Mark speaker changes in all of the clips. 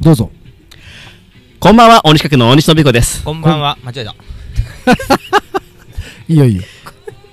Speaker 1: どうぞ。
Speaker 2: こんばんは、大西区の大西信子です。
Speaker 3: こんばんは。間違えた。
Speaker 1: いいよいいよ。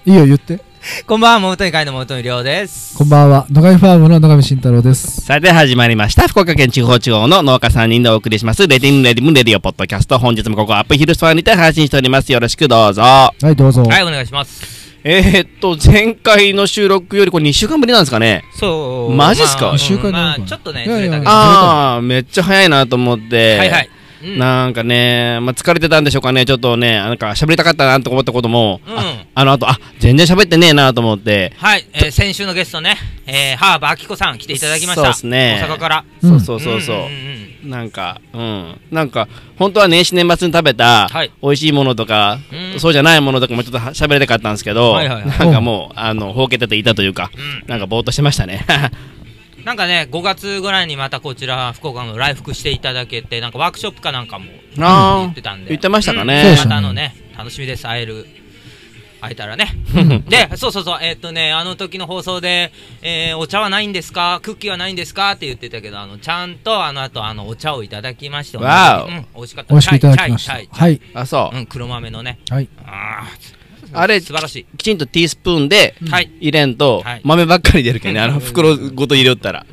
Speaker 1: いいよ言って。
Speaker 3: こんばんは、モブトニ会のモブトニりょうです。
Speaker 1: こんばんは。野上ファームの野上慎太郎です。
Speaker 2: さて始まりました。福岡県地方地方の農家3人でお送りします。レディンレディムレディオポッドキャスト。本日もここアップヒルストアにて配信しております。よろしくどうぞ。
Speaker 1: はい、どうぞ。
Speaker 3: はい、お願いします。
Speaker 2: えー、っと、前回の収録よりこれ2週間ぶりなんですかね。
Speaker 3: そう。
Speaker 2: マジっすか
Speaker 3: まあ
Speaker 1: 一週間
Speaker 3: うんま
Speaker 1: な
Speaker 3: あ、
Speaker 1: のかな
Speaker 3: ちょっとね、
Speaker 1: いや
Speaker 3: ず
Speaker 1: いや
Speaker 3: れたけど。は
Speaker 2: あー、めっちゃ早いなと思って。
Speaker 3: いはい。うん。
Speaker 2: なんかね、まあ、疲れてたんでしょうかね、ちょっとね、なんか喋りたかったなと思ったことも、
Speaker 3: うん
Speaker 2: ああのあと、あ全然喋ってねえなと思って、
Speaker 3: はい、えー先週のゲストね、えー、ハーバーアキコさん来ていただきました。
Speaker 2: そうっすね
Speaker 3: 大阪から。
Speaker 1: うん
Speaker 2: そうそうそうそう、
Speaker 3: んんんん
Speaker 2: なんか、うん、なんか、本当は年始年末に食べた、
Speaker 3: はい
Speaker 2: 美味しいものとか、
Speaker 3: うん
Speaker 2: そうじゃないものとかもちょっとは喋りたかったんですけど、
Speaker 3: はいはいはい
Speaker 2: なんかもう、あの、ほうけてていたというか、
Speaker 3: う
Speaker 2: なんかぼーっとしてましたね。
Speaker 3: ん。なんかね、5月ぐらいにまたこちら、福岡の来福していただけて、なんかワークショップかなんかも
Speaker 2: あー
Speaker 3: 言ってたんで。
Speaker 2: 言ってましたかね
Speaker 3: うん
Speaker 1: そうでしたね
Speaker 3: またあのね、楽しみです、会える。会えたら ね。で、そうそうそう、えーっとね、あの時の放送で、えーお茶はないんですかクッキーはないんですかって言ってたけど、あの、ちゃんと、あの後、あの、お茶をいただきまして、
Speaker 2: わお
Speaker 3: うん、美味しかった。
Speaker 1: 美味しくいただきまし
Speaker 3: チャイチ
Speaker 1: た。
Speaker 3: ャイチャ
Speaker 1: はい。
Speaker 2: あ、そ
Speaker 3: イうん、黒豆のね。
Speaker 1: はい。
Speaker 3: あー
Speaker 2: あれ
Speaker 3: 素晴らしい。
Speaker 2: う。きちんとティースプーンで
Speaker 3: はい。
Speaker 2: 入れんと、
Speaker 3: はい
Speaker 2: 豆ばっかり出るけどね、あの袋ごと入れよったら。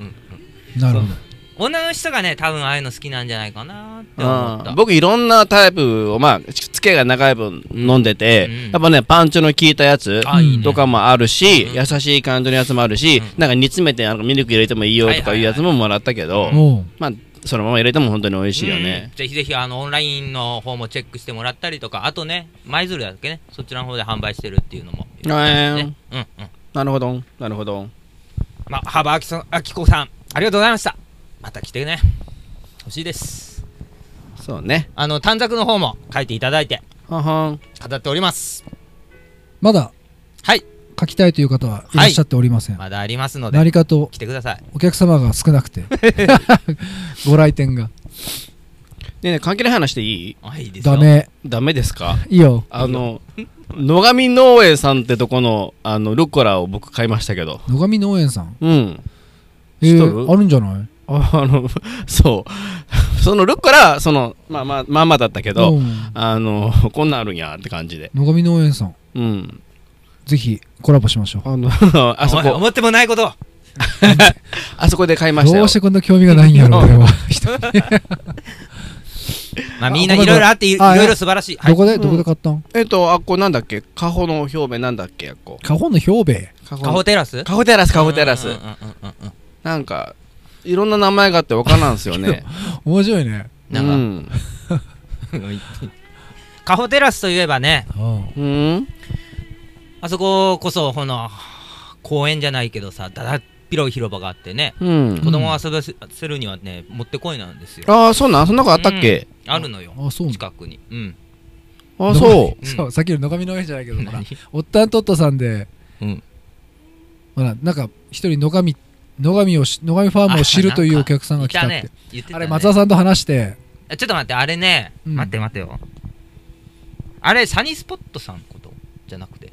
Speaker 1: なるほど。
Speaker 3: 女の人がね多分ああいうの好きなんじゃないかなって思っ
Speaker 2: う
Speaker 3: た
Speaker 2: ん、僕いろんなタイプをまあ付けが長い分飲んでて、
Speaker 3: うん
Speaker 2: やっぱねパンチの効いたやつ
Speaker 3: あいいね
Speaker 2: とかもあるし、
Speaker 3: うん
Speaker 2: 優しい感じのやつもあるし、なんか煮詰めてなんかミルク入れてもいいよとかいうやつももらったけど、
Speaker 1: おう。
Speaker 2: まあそのまま入れても本当に美味しいよね、
Speaker 3: うんぜひぜひあのオンラインの方もチェックしてもらったりとかあとね舞鶴だっけねそちらの方で販売してるっていうのも
Speaker 2: えー
Speaker 3: ねうんうん
Speaker 2: なるほどなるほど
Speaker 3: まあ幅あきこさんありがとうございましたまた来てね欲しいです
Speaker 2: そうね
Speaker 3: あの短冊の方も書いていただいて
Speaker 2: ははん
Speaker 3: 飾っております
Speaker 1: まだ、
Speaker 3: はい。
Speaker 1: 書きたいという方はいらっしゃっておりません。
Speaker 3: まだありますので
Speaker 1: 何かと
Speaker 3: 来てください
Speaker 1: お客様が少なくて。ご来店が。
Speaker 2: ねえねえ関係ない話でいい
Speaker 3: あいいですよ
Speaker 1: ダメ。
Speaker 2: ダメですか
Speaker 1: いいよ。
Speaker 2: あの野上農園さんってとこのあのルッコラを僕買いましたけど
Speaker 1: 野上農園さん。
Speaker 2: うん
Speaker 1: え
Speaker 2: 知っと
Speaker 1: ー、
Speaker 2: る
Speaker 1: あるんじゃない
Speaker 2: あの、そう。 そのルッコラ、その、まあまあ、まあまあだったけど、
Speaker 1: うん
Speaker 2: あの、こんなんあるんやって感じで。
Speaker 1: 野上農園さん。
Speaker 2: うん。
Speaker 1: ぜひコラボしましょう。
Speaker 2: あの、 あそ
Speaker 3: お前
Speaker 2: こ、
Speaker 3: 思ってもないことを
Speaker 2: あそこで買いました
Speaker 1: ど
Speaker 2: よ
Speaker 1: うし。てこんな興味がないんやろ、俺は。人に
Speaker 3: まあ
Speaker 1: あ
Speaker 3: みんな
Speaker 1: ごめんごめ
Speaker 3: い
Speaker 1: ん
Speaker 3: ろいろあっていい
Speaker 1: あ
Speaker 3: ろいろ素晴らしいは
Speaker 1: ど
Speaker 3: い
Speaker 1: こで、
Speaker 2: うん
Speaker 1: どこで買ったん
Speaker 2: えっと、あっこなんだっけカホの表面なんだっけあっこ。
Speaker 1: カホの兵衛。
Speaker 2: カ
Speaker 3: カホテラス
Speaker 2: カホテラス、カホテラス
Speaker 3: うんうん。うんうんうん
Speaker 2: なんか、いろんな名前があってわからんすよね。
Speaker 1: 面白いね。
Speaker 2: う
Speaker 3: なんか
Speaker 2: ん。
Speaker 3: カホテラスといえばね
Speaker 1: うん。
Speaker 2: うん
Speaker 3: あそここそこの公園じゃないけどさだだっ広い広場があってね
Speaker 2: うん。
Speaker 3: 子供を遊ばせするにはねもってこいなんですよ
Speaker 2: ああ、そうなんそんなことあったっけ
Speaker 3: あるのよ
Speaker 1: あ、そうなん
Speaker 3: 近くにうん
Speaker 2: ああ、そう。
Speaker 3: うん
Speaker 1: そう、さっきの野上農園じゃないけど、ほら
Speaker 3: 何、
Speaker 1: おったんとっとさんで、
Speaker 3: うん
Speaker 1: ほら、なんか、一人野上、野上をし、野上フ ァームを知るというお客さんが来たって
Speaker 3: いね。言ってた
Speaker 1: あ
Speaker 3: ね
Speaker 1: れ、松田さんと話して、
Speaker 3: えちょっと待ってあれね
Speaker 1: うん
Speaker 3: 待って待ってよあれサニースポットさんのことじゃなくて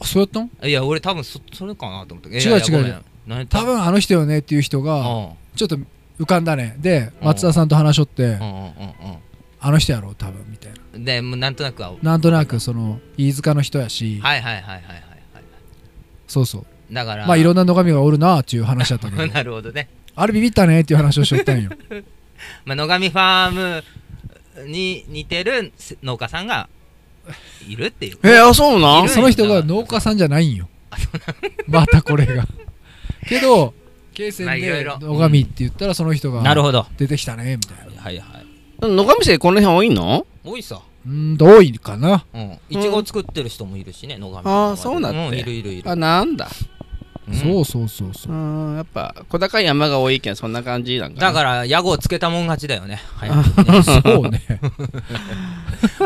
Speaker 1: あそうやったん
Speaker 3: いや俺多分そそれかなと思って
Speaker 1: 違う違う違う多分あの人よねっていう人が、
Speaker 3: あ
Speaker 1: ちょっと浮かんだね。で、
Speaker 3: うん
Speaker 1: 松田さんと話しとって
Speaker 3: うんう、んうん
Speaker 1: あの人やろ、多分みたいな。
Speaker 3: うんでもうなんとなくは
Speaker 1: なんとなく、その、飯塚の人やし、
Speaker 3: はいはいはいはいはいはい
Speaker 1: そうそう。
Speaker 3: だから、
Speaker 1: まあ、いろんな野上がおるなっていう話だったけど
Speaker 3: なるほどね、
Speaker 1: あれビビったねっていう話をしとったんよ。
Speaker 3: まあ、野上ファームに似てる農家さんがいるっていう
Speaker 2: えー、あ、そうなん
Speaker 3: いる
Speaker 1: その人が農家さんじゃないんよ。 またこれが。けど、慶
Speaker 3: まあ
Speaker 1: 線
Speaker 3: いろい
Speaker 1: で
Speaker 3: ろ
Speaker 1: 野上って言ったらその人が
Speaker 3: なるほど
Speaker 1: 出てきたねみたいな。
Speaker 3: はいはい
Speaker 2: 野上市この辺多いの
Speaker 3: 多いさ
Speaker 1: うーん、どういかな。
Speaker 3: うんいちご作ってる人もいるしね野上の中で
Speaker 2: あーそうなんだ
Speaker 3: んいるいるいる
Speaker 2: あ、なんだ。
Speaker 3: うん
Speaker 1: そうそうそう
Speaker 2: う
Speaker 1: そう。
Speaker 2: ん、やっぱ小高い山が多いけんそんな感じなんかな
Speaker 3: だから屋号つけたもん勝ちだよね早くね
Speaker 1: そうね。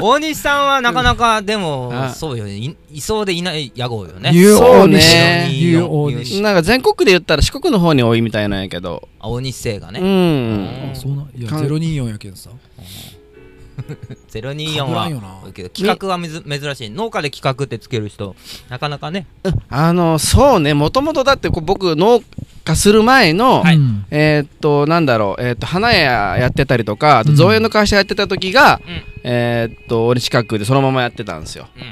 Speaker 3: 大西さんはなかなかでも
Speaker 2: あ
Speaker 3: そうよねいいそうでいない屋号よね
Speaker 1: ニュー
Speaker 2: そ
Speaker 1: オ
Speaker 2: う
Speaker 1: ーニ
Speaker 2: ね
Speaker 1: シ。ニューオーニシ。
Speaker 2: なんか全国で言ったら四国の方に多いみたいなんやけど、
Speaker 3: あ大西星が
Speaker 2: う
Speaker 3: ね
Speaker 2: ん
Speaker 1: あそうなんいや、
Speaker 2: かん
Speaker 1: 024やけんさ。
Speaker 3: 024
Speaker 1: 被ら
Speaker 3: は
Speaker 1: んよな
Speaker 3: 多いけど企画はめず珍しい農家で企画ってつける人なかなかね
Speaker 2: あのそうねもともとだってこう僕農化する前の、
Speaker 3: はい
Speaker 1: うん
Speaker 2: えーっとなんだろう、えーっと花屋やってたりとかあと
Speaker 1: うん
Speaker 2: 造園の会社やってた時が、
Speaker 3: うん
Speaker 2: えーっと俺近くでそのままやってたんですよ、
Speaker 3: うん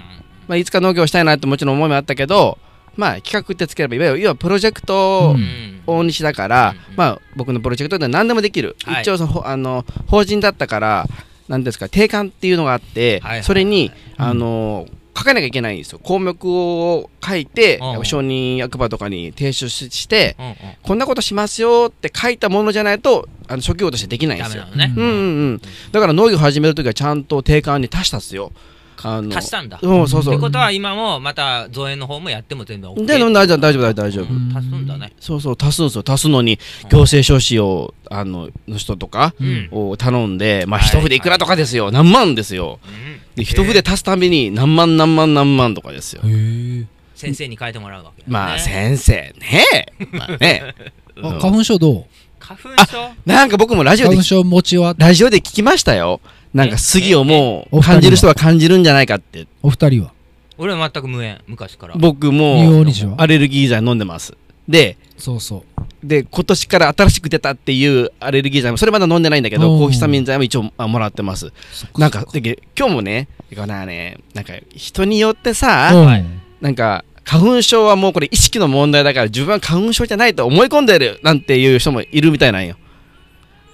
Speaker 2: まあ、いつか農業したいなってもちろん思いもあったけどまあ企画ってつければいわゆる要はプロジェク
Speaker 1: う
Speaker 2: ト
Speaker 1: ん
Speaker 2: 大西だから、
Speaker 3: うん
Speaker 2: まあ僕のプロジェクトで何でもできる、
Speaker 3: はい
Speaker 2: 一応そのほあの法人だったから何ですか定款っていうのがあって、
Speaker 3: はいはいはい
Speaker 2: それに、
Speaker 1: うん
Speaker 2: あの書かなきゃいけないんですよ項目を書いて
Speaker 3: うん
Speaker 2: 承認役場とかに提出しして
Speaker 3: うんうん
Speaker 2: こんなことしますよって書いたものじゃないとあの職業としてできないんで
Speaker 3: ダメ
Speaker 2: すよ
Speaker 3: な。のね
Speaker 1: う
Speaker 2: うんうんうん、だから農業始めるときはちゃんと定款に足したっすよ。あの
Speaker 3: 足したんだっ
Speaker 2: うんそうそ
Speaker 3: て
Speaker 2: う
Speaker 3: ことは今もまた造園の方もやっても全部 OK
Speaker 2: で大丈夫大丈夫大丈夫
Speaker 1: うん
Speaker 3: 足すんだね
Speaker 2: そうそう足すんですよ足すのに
Speaker 3: うん
Speaker 2: 行政書士をあのの人とか
Speaker 3: うんうん
Speaker 2: を頼んでまあ
Speaker 3: はい
Speaker 2: 一筆いくらとかですよ何万ですよで一筆足すたびに何万何万何万とかですよ
Speaker 1: へー
Speaker 3: 先生に変えてもらうわけだね
Speaker 2: まあ先生ねえまあねうん
Speaker 1: あ花粉症どう
Speaker 3: 花粉症
Speaker 2: なんか僕もラジオ
Speaker 1: 花
Speaker 2: で
Speaker 1: 粉症持ちは
Speaker 2: ラジオで聞きましたよなんか杉をも
Speaker 1: ええ
Speaker 2: う感じる人は感じるんじゃないかって
Speaker 1: お二人は
Speaker 3: 俺は全く無縁昔から
Speaker 2: 僕
Speaker 1: 仁王
Speaker 2: も
Speaker 1: にしは
Speaker 2: アレルギー剤飲んでますで
Speaker 1: そうそう
Speaker 2: で今年から新しく出たっていうアレルギー剤もそれまだ飲んでないんだけ
Speaker 1: お
Speaker 2: ど
Speaker 1: ー
Speaker 2: コヒサミン剤も一応あもらってます
Speaker 1: そっ
Speaker 2: なんかだけど今日もねてかなねなんか人によってさ、
Speaker 1: うん
Speaker 2: なんか花粉症はもうこれ意識の問題だから自分は花粉症じゃないと思い込んでるなんていう人もいるみたいなんよ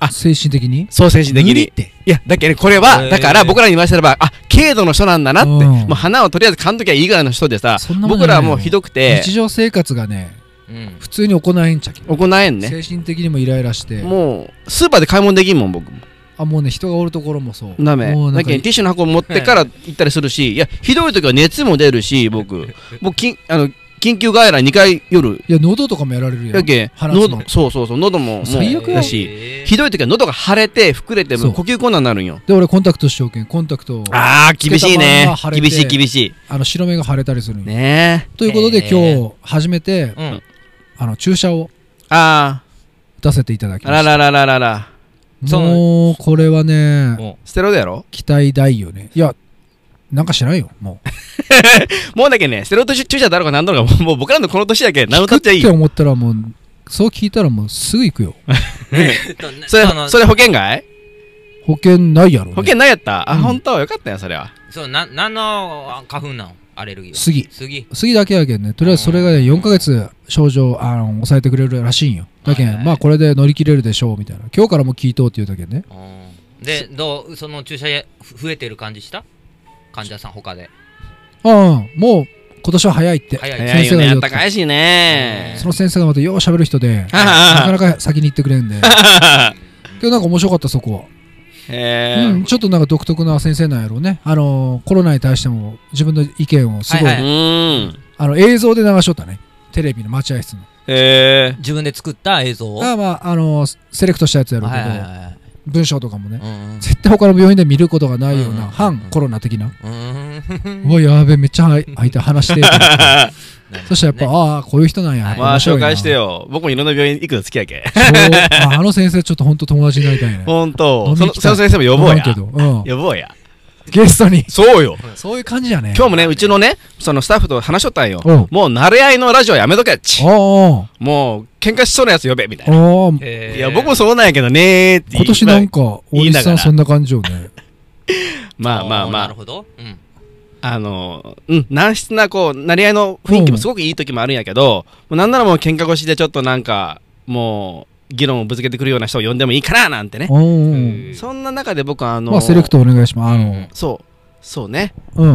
Speaker 2: あ
Speaker 1: 精神的に
Speaker 2: そう精神的
Speaker 1: 無
Speaker 2: に
Speaker 1: 理っ
Speaker 2: い
Speaker 1: て
Speaker 2: やだけどこれ
Speaker 3: へー
Speaker 2: はだから僕らに言わせればあ軽度の人なんだなって
Speaker 1: うん
Speaker 2: もう花をとりあえず噛んどきゃいいぐらいの人でさ
Speaker 1: そんなもんじゃ
Speaker 2: 僕
Speaker 1: ないよ
Speaker 2: らはもうひどくて
Speaker 1: 日常生活がね
Speaker 3: うん
Speaker 1: 普通に行えんちゃけ
Speaker 2: 行えんね
Speaker 1: 精神的にもイライラして
Speaker 2: もうスーパーで買い物できんもん僕も
Speaker 1: あもうね人がおるところもそう
Speaker 2: ダメ
Speaker 1: もうな
Speaker 2: だ
Speaker 1: んか
Speaker 2: けどティッシュの箱持ってから行ったりするしいやひどい時は熱も出るし僕僕きんあの緊急外来2回夜
Speaker 1: いや喉とかもやられるや
Speaker 2: だ
Speaker 1: ん
Speaker 2: け
Speaker 1: 鼻詰ま
Speaker 2: 喉
Speaker 1: る
Speaker 2: そうそうそう喉ももう
Speaker 1: 最悪やん
Speaker 2: だしひどい時は喉が腫れて膨れて
Speaker 1: そ
Speaker 2: も
Speaker 1: う
Speaker 2: う呼吸困難になるんよ
Speaker 1: で俺コンタクトしようけんコンタクトを
Speaker 2: あー厳しいね
Speaker 1: つけたまんま腫れて
Speaker 2: 厳しい厳し
Speaker 1: あの白目が腫れたりするん
Speaker 2: い
Speaker 1: よ
Speaker 2: ねえ
Speaker 1: ということで
Speaker 3: へー
Speaker 1: 今日初めて
Speaker 3: うん
Speaker 1: あの注射を
Speaker 2: あ
Speaker 1: 出せていただき
Speaker 2: ーあ
Speaker 1: ま
Speaker 2: ら
Speaker 1: し
Speaker 2: ららららら
Speaker 1: たもうこれはね
Speaker 3: も
Speaker 2: ステロイドやろ
Speaker 1: 期待大よねいやなんかしないよもう
Speaker 2: もうだけねステロイド注射だろうが何 だろうがもうもう僕らのこの年だけ何歌っちゃいい
Speaker 1: って思ったらもうそう聞いたらもうすぐ行くよ
Speaker 3: うえっとね
Speaker 2: それ
Speaker 3: の
Speaker 2: それ保険外
Speaker 1: 保険ないやろ、ね、
Speaker 2: 保険ないやったあ
Speaker 1: うん
Speaker 2: 本当よかったよそれは
Speaker 3: そうな何の花粉なのアレルギーは
Speaker 1: 杉
Speaker 3: 杉
Speaker 1: 杉だけやけんねとりあえずそれがね4ヶ月症状あの抑えてくれるらしいんよだけ
Speaker 3: はいは
Speaker 1: ん
Speaker 3: い
Speaker 1: まあこれで乗り切れるでしょうみたいな今日からもう聞いとうって言うだけんね
Speaker 3: うんでどうその注射ふ増えてる感じした患者さん他で
Speaker 1: ああもう今年は早いって
Speaker 3: 早い
Speaker 2: 早いよ
Speaker 1: 先生が
Speaker 2: ね
Speaker 1: 言う
Speaker 2: あっ
Speaker 1: と
Speaker 2: たかいしね
Speaker 1: その先生がまたよう喋る人で
Speaker 2: はは
Speaker 1: なか
Speaker 2: は
Speaker 1: なか先に行ってくれ んでけどなんか面白かったそこは、
Speaker 2: へ
Speaker 1: う
Speaker 2: ー
Speaker 1: ん、ちょっとなんか独特な先生なんやろうねあのコロナに対しても自分の意見をすごい、
Speaker 3: はいはいう
Speaker 2: ーん
Speaker 1: あの映像で流しとったねテレビの待合室の
Speaker 2: へえ
Speaker 3: 自分で作った映像を
Speaker 1: ああまああのセレクトしたやつやろうけど、
Speaker 3: はいはいはい
Speaker 1: 文章とかもね
Speaker 3: うんうん
Speaker 1: 絶対他の病院で見ることがないよう
Speaker 3: うん
Speaker 1: な反コロナ的な、
Speaker 3: うーん
Speaker 1: うわやべえめっちゃはい相手話 してるそしたらやっぱ、
Speaker 3: ね
Speaker 1: ああこういう人なんや、
Speaker 3: はい
Speaker 2: まあ
Speaker 1: 面白
Speaker 2: 紹
Speaker 1: いな
Speaker 2: 介してよ僕もいろんな病院行くの好きやけ
Speaker 1: そうああの先生ちょっと本当友達になりたいね
Speaker 2: ほん
Speaker 1: 飲
Speaker 2: と
Speaker 1: み
Speaker 2: そ
Speaker 1: に
Speaker 2: の
Speaker 1: 来
Speaker 2: そ
Speaker 1: た
Speaker 2: の先生も呼ぼう
Speaker 1: 思
Speaker 2: や
Speaker 1: けど、うん、
Speaker 2: 呼ぼうや
Speaker 1: ゲストに
Speaker 2: そうよ
Speaker 1: そういう感じやね
Speaker 2: 今日もねうちのねそのスタッフと話しとったんよ
Speaker 1: おう
Speaker 2: もう慣れ合いのラジオやめとけっち
Speaker 1: おう
Speaker 2: もう喧嘩しそうなやつ呼べみたい
Speaker 1: おう
Speaker 2: な
Speaker 1: おう
Speaker 3: へー
Speaker 2: いや僕もそうなんやけどねーって言
Speaker 1: 今
Speaker 2: い
Speaker 1: 年なんか
Speaker 2: 言
Speaker 1: 大
Speaker 2: い
Speaker 1: 西
Speaker 2: なが
Speaker 1: さ
Speaker 2: ら
Speaker 1: んそんな感じよね
Speaker 2: まあまあま
Speaker 3: なる
Speaker 2: あ
Speaker 3: ほどうん
Speaker 2: あのうん軟質なこう慣れ合いの雰囲気もすごくいい時もあるんやけどもうなんならもう喧嘩腰でちょっとなんかもう議論をぶつけてくるような人を呼んでもいいかななんてね
Speaker 1: おうおう
Speaker 3: うん
Speaker 2: そんな中で僕はあの
Speaker 1: まあセレクトお願いしますあ
Speaker 3: う
Speaker 1: の
Speaker 3: ん
Speaker 2: そうそうね
Speaker 1: うん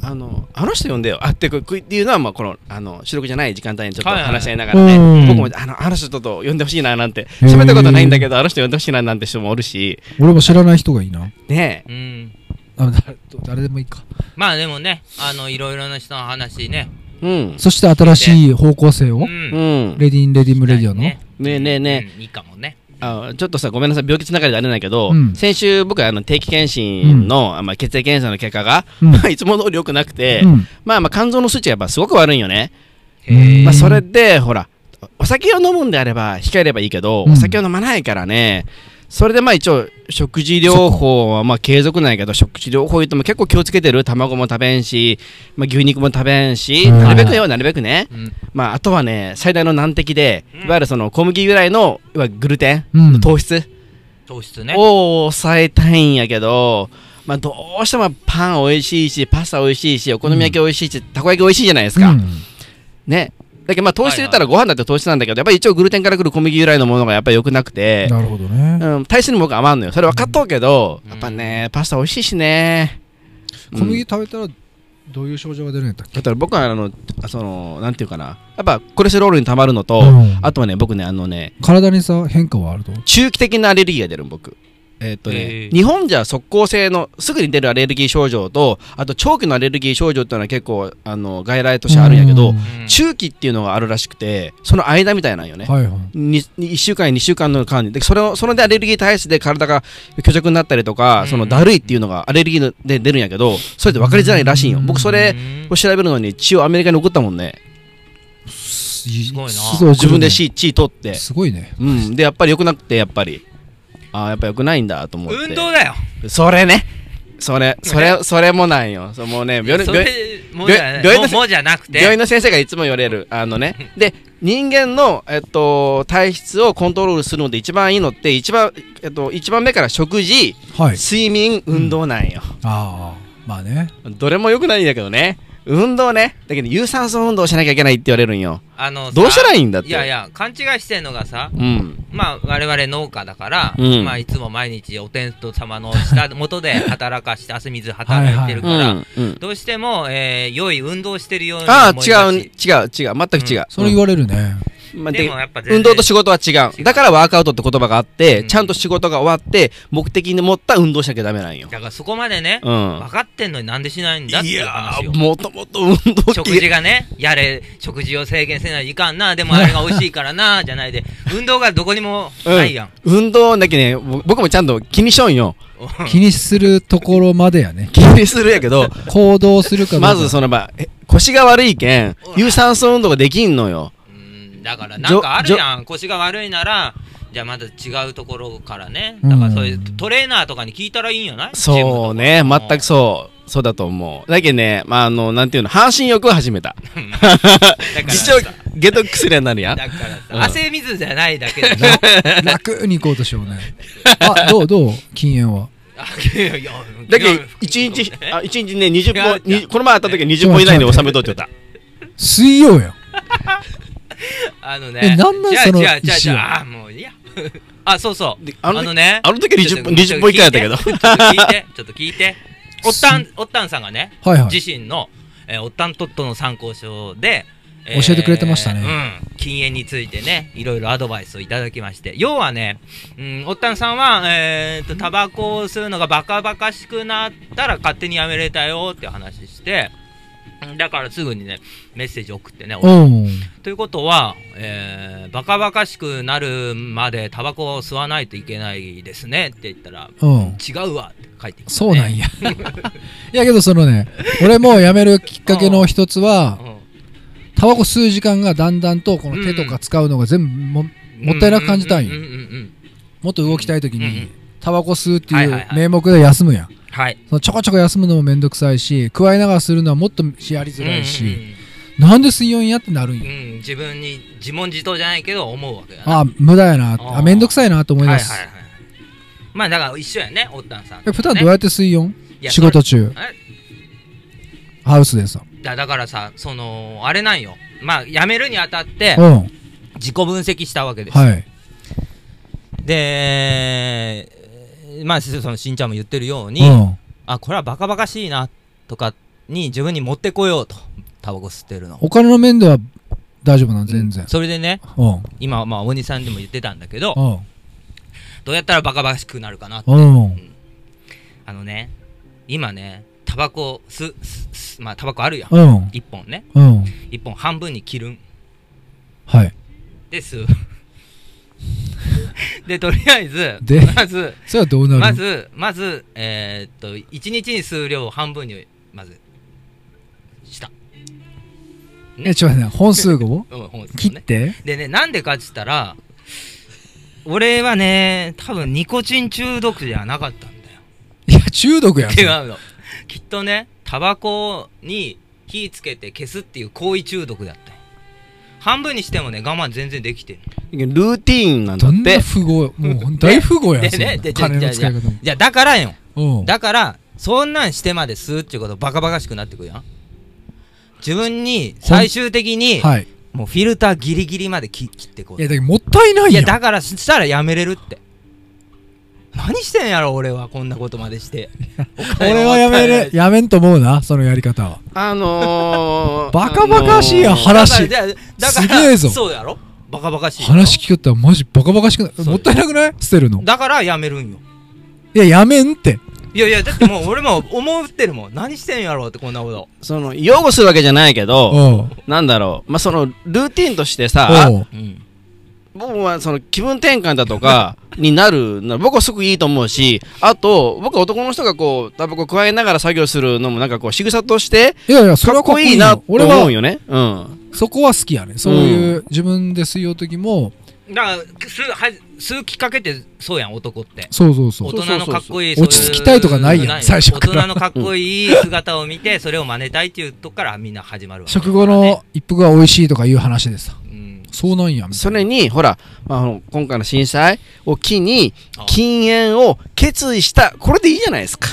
Speaker 2: あのあの人呼んでよあってここっていうのはまあこのあの収録じゃない時間帯にちょっと
Speaker 3: はいはい
Speaker 2: 話し合いながらね、
Speaker 1: うん
Speaker 2: 僕もあのあの人ちょっと呼んでほしいななんて
Speaker 1: へー
Speaker 2: 喋ったことないんだけどあの人呼んでほしいななんて人もおるし
Speaker 1: 俺も知らない人がいいな
Speaker 2: ね
Speaker 3: うん
Speaker 1: あ誰誰でもいいか
Speaker 3: まあでもねあのいろいろな人の話ね
Speaker 2: えうん
Speaker 1: そして新しい方向性を
Speaker 3: うん
Speaker 2: うんね
Speaker 1: レディンレディムレディオの
Speaker 3: ね
Speaker 2: えねえね
Speaker 3: うんいいかもね
Speaker 2: えあちょっとさごめんなさい病気つながりであれないけど、
Speaker 1: うん
Speaker 2: 先週僕はあの定期検診の、あまあ、血液検査の結果が、
Speaker 1: うん
Speaker 2: まあ、いつも通り良くなくて、
Speaker 1: うん
Speaker 2: まあまあ肝臓の数値がやっぱすごく悪いんよね、
Speaker 1: うん
Speaker 3: へえ
Speaker 2: まあ、それでほらお酒を飲むんであれば控えればいいけど、
Speaker 1: うん
Speaker 2: お酒を飲まないからねそれでまあ一応食事療法はまあ継続なんやけど食事療法言っても結構気をつけてる卵も食べんし、まあ、牛肉も食べんし、
Speaker 1: うん
Speaker 2: なるべくよなるべくね、
Speaker 3: うん
Speaker 2: まあ、あとはね最大の難敵で
Speaker 3: うん
Speaker 2: いわゆるその小麦由来のいわゆるグルテン、
Speaker 1: うん
Speaker 2: 糖質
Speaker 3: 糖質ね
Speaker 2: を抑えたいんやけど、まあ、どうしてもパン美味しいしパスタ美味しいしお好み焼き美味しいし、たこ焼き美味しいじゃないですか、ねだけどまあ糖質言ったらご飯だって糖質なんだけどやっぱり一応グルテンからくる小麦由来のものがやっぱり良くなくて
Speaker 1: なるほどね、
Speaker 2: うん、体質にも僕余んのよそれ分かっとうけど、
Speaker 3: うん
Speaker 2: やっぱねパスタ美味しいしね
Speaker 1: 小
Speaker 2: う
Speaker 1: 麦
Speaker 2: ん
Speaker 1: 食べたらどういう症状が出るんやったっけ
Speaker 2: だから僕はあのあそのなんていうかなやっぱコレステロールにたまるのと、
Speaker 1: うん
Speaker 2: あとはね僕ねあのね
Speaker 1: 体にさ変化はあると
Speaker 2: 中期的なアレルギーが出るの僕えーっと
Speaker 3: へ
Speaker 2: ね、
Speaker 3: ー
Speaker 2: 日本じゃ即効性のすぐに出るアレルギー症状とあと長期のアレルギー症状っていうのは結構あの外来としてあるんやけ
Speaker 1: う
Speaker 2: ど、
Speaker 3: うん
Speaker 2: 中期っていうのがあるらしくてその間みたいなんよね、
Speaker 1: はいはい
Speaker 2: にに1週間や2週間の間にでそれをそれでアレルギー体質で体が虚弱になったりとか、
Speaker 3: うん
Speaker 2: そのだるいっていうのがアレルギーので出るんやけどそれって分かりづらいらしいんよ、
Speaker 1: うん
Speaker 2: 僕そうれ
Speaker 3: ん
Speaker 2: を調べるのに血をアメリカに送ったもんね
Speaker 1: す
Speaker 3: ごいな
Speaker 2: 自分で血血取って、
Speaker 1: すごいね
Speaker 2: うん、でやっぱり良くなくてやっぱりああやっぱ良くないんだと思って
Speaker 3: 運動だよ
Speaker 2: それねそれそれそれもなんよそうもうね病
Speaker 3: そ
Speaker 2: 病
Speaker 3: れもうじゃ
Speaker 2: 病院
Speaker 3: も
Speaker 2: の
Speaker 3: うもうじゃなくて
Speaker 2: 病院の先生がいつも言われるあのねで人間の、えっと、体質をコントロールするので一番いいのって一番、えっと、一番目から食事、
Speaker 1: はい
Speaker 2: 睡眠運動なんよ、
Speaker 1: ああまあね
Speaker 2: どれもよくないんだけどね運動ねだけど有酸素運動しなきゃいけないって言われるんよ
Speaker 3: あのさ
Speaker 2: どうしたらいいんだって
Speaker 3: いやいや勘違いしてんのがさ
Speaker 2: うん
Speaker 3: まあ我々農家だから、
Speaker 2: うん
Speaker 3: まあいつも毎日お天道様の下元で 働かして汗水働いてる
Speaker 2: う
Speaker 3: から
Speaker 2: ん、うん、
Speaker 3: どうしても、えー良い運動してるように思
Speaker 2: あ
Speaker 3: い
Speaker 2: あ
Speaker 3: がち
Speaker 2: 違う違う違う全く違う、
Speaker 1: それ言われるね
Speaker 2: うんまあで
Speaker 3: でもやっぱ全然
Speaker 2: 運動と仕事は違
Speaker 3: 違う
Speaker 2: うだからワークアウトって言葉があって、
Speaker 3: うん
Speaker 2: ちゃんと仕事が終わって目的に持った運動しなきゃダメなんよ、
Speaker 3: だからそこまでね、
Speaker 2: うん
Speaker 3: 分、かってんのになんでしないんだって
Speaker 2: い
Speaker 3: いう
Speaker 2: や
Speaker 3: 話
Speaker 2: ー
Speaker 3: よ
Speaker 2: もともと運動
Speaker 3: 食
Speaker 2: 嫌い
Speaker 3: 事がねやれ食事を制限せないといかんなでもあれが美味しいからなじゃないで運動がどこにもないやん、
Speaker 2: 運動だけねぼ僕もちゃんと気にしょんよ
Speaker 1: 気にするところまでやね
Speaker 2: 気にするやけど
Speaker 1: 行動するかどうか
Speaker 2: まずそのまあえ腰が悪いけん
Speaker 3: ほら
Speaker 2: 有酸素運動ができんのよ
Speaker 3: うんだからなんかあるやん腰が悪いならじゃあまだ違うところからねだからそういう
Speaker 1: うん
Speaker 3: トレーナーとかに聞いたらいいんやないジムと
Speaker 2: そう
Speaker 3: か
Speaker 2: ね全くそうそうだと思うだけどねまああのなんていうの半身浴を始めた
Speaker 3: だから
Speaker 2: 一応ゲトックスレになるや
Speaker 3: だ
Speaker 2: ん
Speaker 3: からさ、
Speaker 2: うん
Speaker 3: 汗水じゃないだ けでしょ
Speaker 1: 楽に行こうとしようねあどうどう禁煙は
Speaker 3: あいやいや
Speaker 2: だけ
Speaker 3: い
Speaker 2: ど
Speaker 3: や
Speaker 2: 1日
Speaker 3: ね
Speaker 2: あ一日ね20
Speaker 3: 違う
Speaker 2: 本にこの前会った時は20本以内で収めとってた
Speaker 1: 水曜やん
Speaker 3: あのね。
Speaker 1: えなんなん
Speaker 3: じゃあ
Speaker 1: その
Speaker 3: じゃあじゃあ
Speaker 1: 石
Speaker 3: じ
Speaker 1: は
Speaker 3: ゃああー、もういいや。あ、そうそう。
Speaker 2: で
Speaker 3: あ
Speaker 2: あ
Speaker 3: の
Speaker 2: の時
Speaker 3: ね。
Speaker 2: あの時は20本
Speaker 3: ち
Speaker 2: 20
Speaker 3: ょっと
Speaker 2: 本以下やったけど
Speaker 3: ちょっと聞い て、ちょっと聞いて。おったん、おったんさんがね、
Speaker 1: はいはい
Speaker 3: 自身の、えーおったんとっとの参考書で、
Speaker 1: 教えてくれてましたね
Speaker 3: うん、禁煙についてねいろいろアドバイスをいただきまして要はね、うん、おったんさんは、えー、とタバコを吸うのがバカバカしくなったら勝手にやめれたよって話してうんだからすぐにねメッセージ送ってね
Speaker 1: うん
Speaker 3: ということは、えー、バカバカしくなるまでタバコを吸わないといけないですねって言ったら
Speaker 1: うん
Speaker 3: 違うわって書いてきた、ね、
Speaker 1: そうなん
Speaker 3: や、
Speaker 1: やいやけどそのね俺も辞めるきっかけの一つはタバコ吸う時間がだんだんとこの手とか使うのが全部ももったいなく感じたんよ
Speaker 3: うううん
Speaker 1: もっと動きたい時
Speaker 3: うんうん
Speaker 1: にタバコ吸うって
Speaker 3: はい
Speaker 1: い
Speaker 3: はいうはい
Speaker 1: 名目で休むやん
Speaker 3: はい
Speaker 1: そのちょこちょこ休むのもめんどくさいし加えながらするのはもっとやりづらいし、なんで水温やってなるん
Speaker 3: うん
Speaker 1: や
Speaker 3: うん自分に自問自答じゃないけど思うわけだな
Speaker 1: あ無駄やな
Speaker 3: あ
Speaker 1: あめんどくさいなと思い
Speaker 3: は
Speaker 1: ま
Speaker 3: い
Speaker 1: す
Speaker 3: はいはいまあだから一緒やねおったんさん
Speaker 1: え
Speaker 3: とね、
Speaker 1: 普段どうやって水温
Speaker 3: いや
Speaker 1: 仕事中
Speaker 3: それえ
Speaker 1: ハウスでさ
Speaker 3: だだからさそのあれなんよまあ辞めるにあたって
Speaker 1: うん
Speaker 3: 自己分析したわけですよ
Speaker 1: はい
Speaker 3: で、えーまあ、そのしんちゃんも言ってるように、
Speaker 1: うん
Speaker 3: あこれはバカバカしいなとかに自分に持ってこようとタバコ吸ってるの
Speaker 1: お金の面では大丈夫なん全然
Speaker 3: それでね
Speaker 1: うんうん
Speaker 3: 今、まあ、鬼さんでも言ってたんだけどどうやったらバカバカしくなるかな
Speaker 1: うん
Speaker 3: あのね今ねタバコ吸吸吸まあタバコあるやん
Speaker 1: うん
Speaker 3: 1本ね
Speaker 1: うん
Speaker 3: 1本半分に切るん
Speaker 1: はい
Speaker 3: です吸う でとりあえず
Speaker 1: で
Speaker 3: まず
Speaker 1: それはどうなる
Speaker 3: まず、まず、えーっと、1日に数量を半分に、まず、した。
Speaker 1: えちょっと待って本数を
Speaker 3: うん、本数を
Speaker 1: 切っ
Speaker 3: ね。
Speaker 1: て
Speaker 3: でね、なんでかっつったら、俺はね多分ニコチン中毒じゃなかったんだよ
Speaker 1: いや中毒や んそれ
Speaker 3: 違うのきっとねタバコに火つけて消すっていう行為中毒だったよ半分にしてもね我慢全然できてる
Speaker 2: ルーティーンなんだ
Speaker 1: どん
Speaker 2: って
Speaker 1: な富豪もう大富豪やん
Speaker 3: で
Speaker 1: そんな
Speaker 3: ねでで
Speaker 1: 金の使い方も
Speaker 3: じゃあだからよ
Speaker 1: うん
Speaker 3: だからそんなんしてまで吸うっていうことバカバカしくなってくるやん自分に最終的に
Speaker 1: はい
Speaker 3: もうフィルターギリギリまで切切ってこう
Speaker 1: いやだけどもったいない
Speaker 3: い
Speaker 1: や
Speaker 3: や
Speaker 1: ん
Speaker 3: だからししたらやめれるって何してんやろ俺はこんなことまでして
Speaker 1: 俺はやめれやめんと思うなそのやり方は
Speaker 2: あの ー、
Speaker 1: バカバカしいやん
Speaker 2: あのー
Speaker 1: 話
Speaker 3: だからだから
Speaker 1: すげえぞ
Speaker 3: そうやろバカバカしい
Speaker 1: 話聞くったらマジバカバカしく
Speaker 3: そ
Speaker 1: ない
Speaker 3: う
Speaker 1: もったいなくない捨てるの
Speaker 3: だからやめるんよ
Speaker 1: いややめんって
Speaker 3: いやいやだってもう俺も思ってるもん何してんやろってこんなこと
Speaker 2: その、擁護するわけじゃないけど、
Speaker 1: おう
Speaker 2: なんだろう、まあ、その、ルーティーンとして
Speaker 1: お
Speaker 2: さ、
Speaker 1: う
Speaker 3: うん
Speaker 2: 僕はその、気分転換だとか、になるなら、僕はすごくいいと思うし、あと、僕は男の人がこう、タバコ加えながら作業するのも、なんかこう、仕草として、
Speaker 1: いやいやそれ
Speaker 2: か
Speaker 1: は
Speaker 2: っこいいなと
Speaker 1: 俺
Speaker 2: 思
Speaker 1: は
Speaker 2: うよね。うん。
Speaker 1: そこは好きやねそういう自分で水曜時も
Speaker 3: だから吸うは吸うきっかけってそうやん男って
Speaker 1: そうそうそ
Speaker 3: 大
Speaker 1: う
Speaker 3: 人のかっこいい
Speaker 1: そうそうそう
Speaker 3: そ
Speaker 1: 落ち
Speaker 3: うう
Speaker 1: 着きたいとかないやん最初から
Speaker 3: 大人のかっこいい姿を見てそれを真似たいっていうとこからみんな始まるわけ
Speaker 1: 食後の一服が美味しいとかいう話でさ
Speaker 3: うん
Speaker 1: そうなんやみた
Speaker 2: そ
Speaker 1: いな
Speaker 2: れに、ほら、まああの、今回の震災を機に
Speaker 3: あ、
Speaker 2: 禁煙を決意した、これでいいじゃないですか。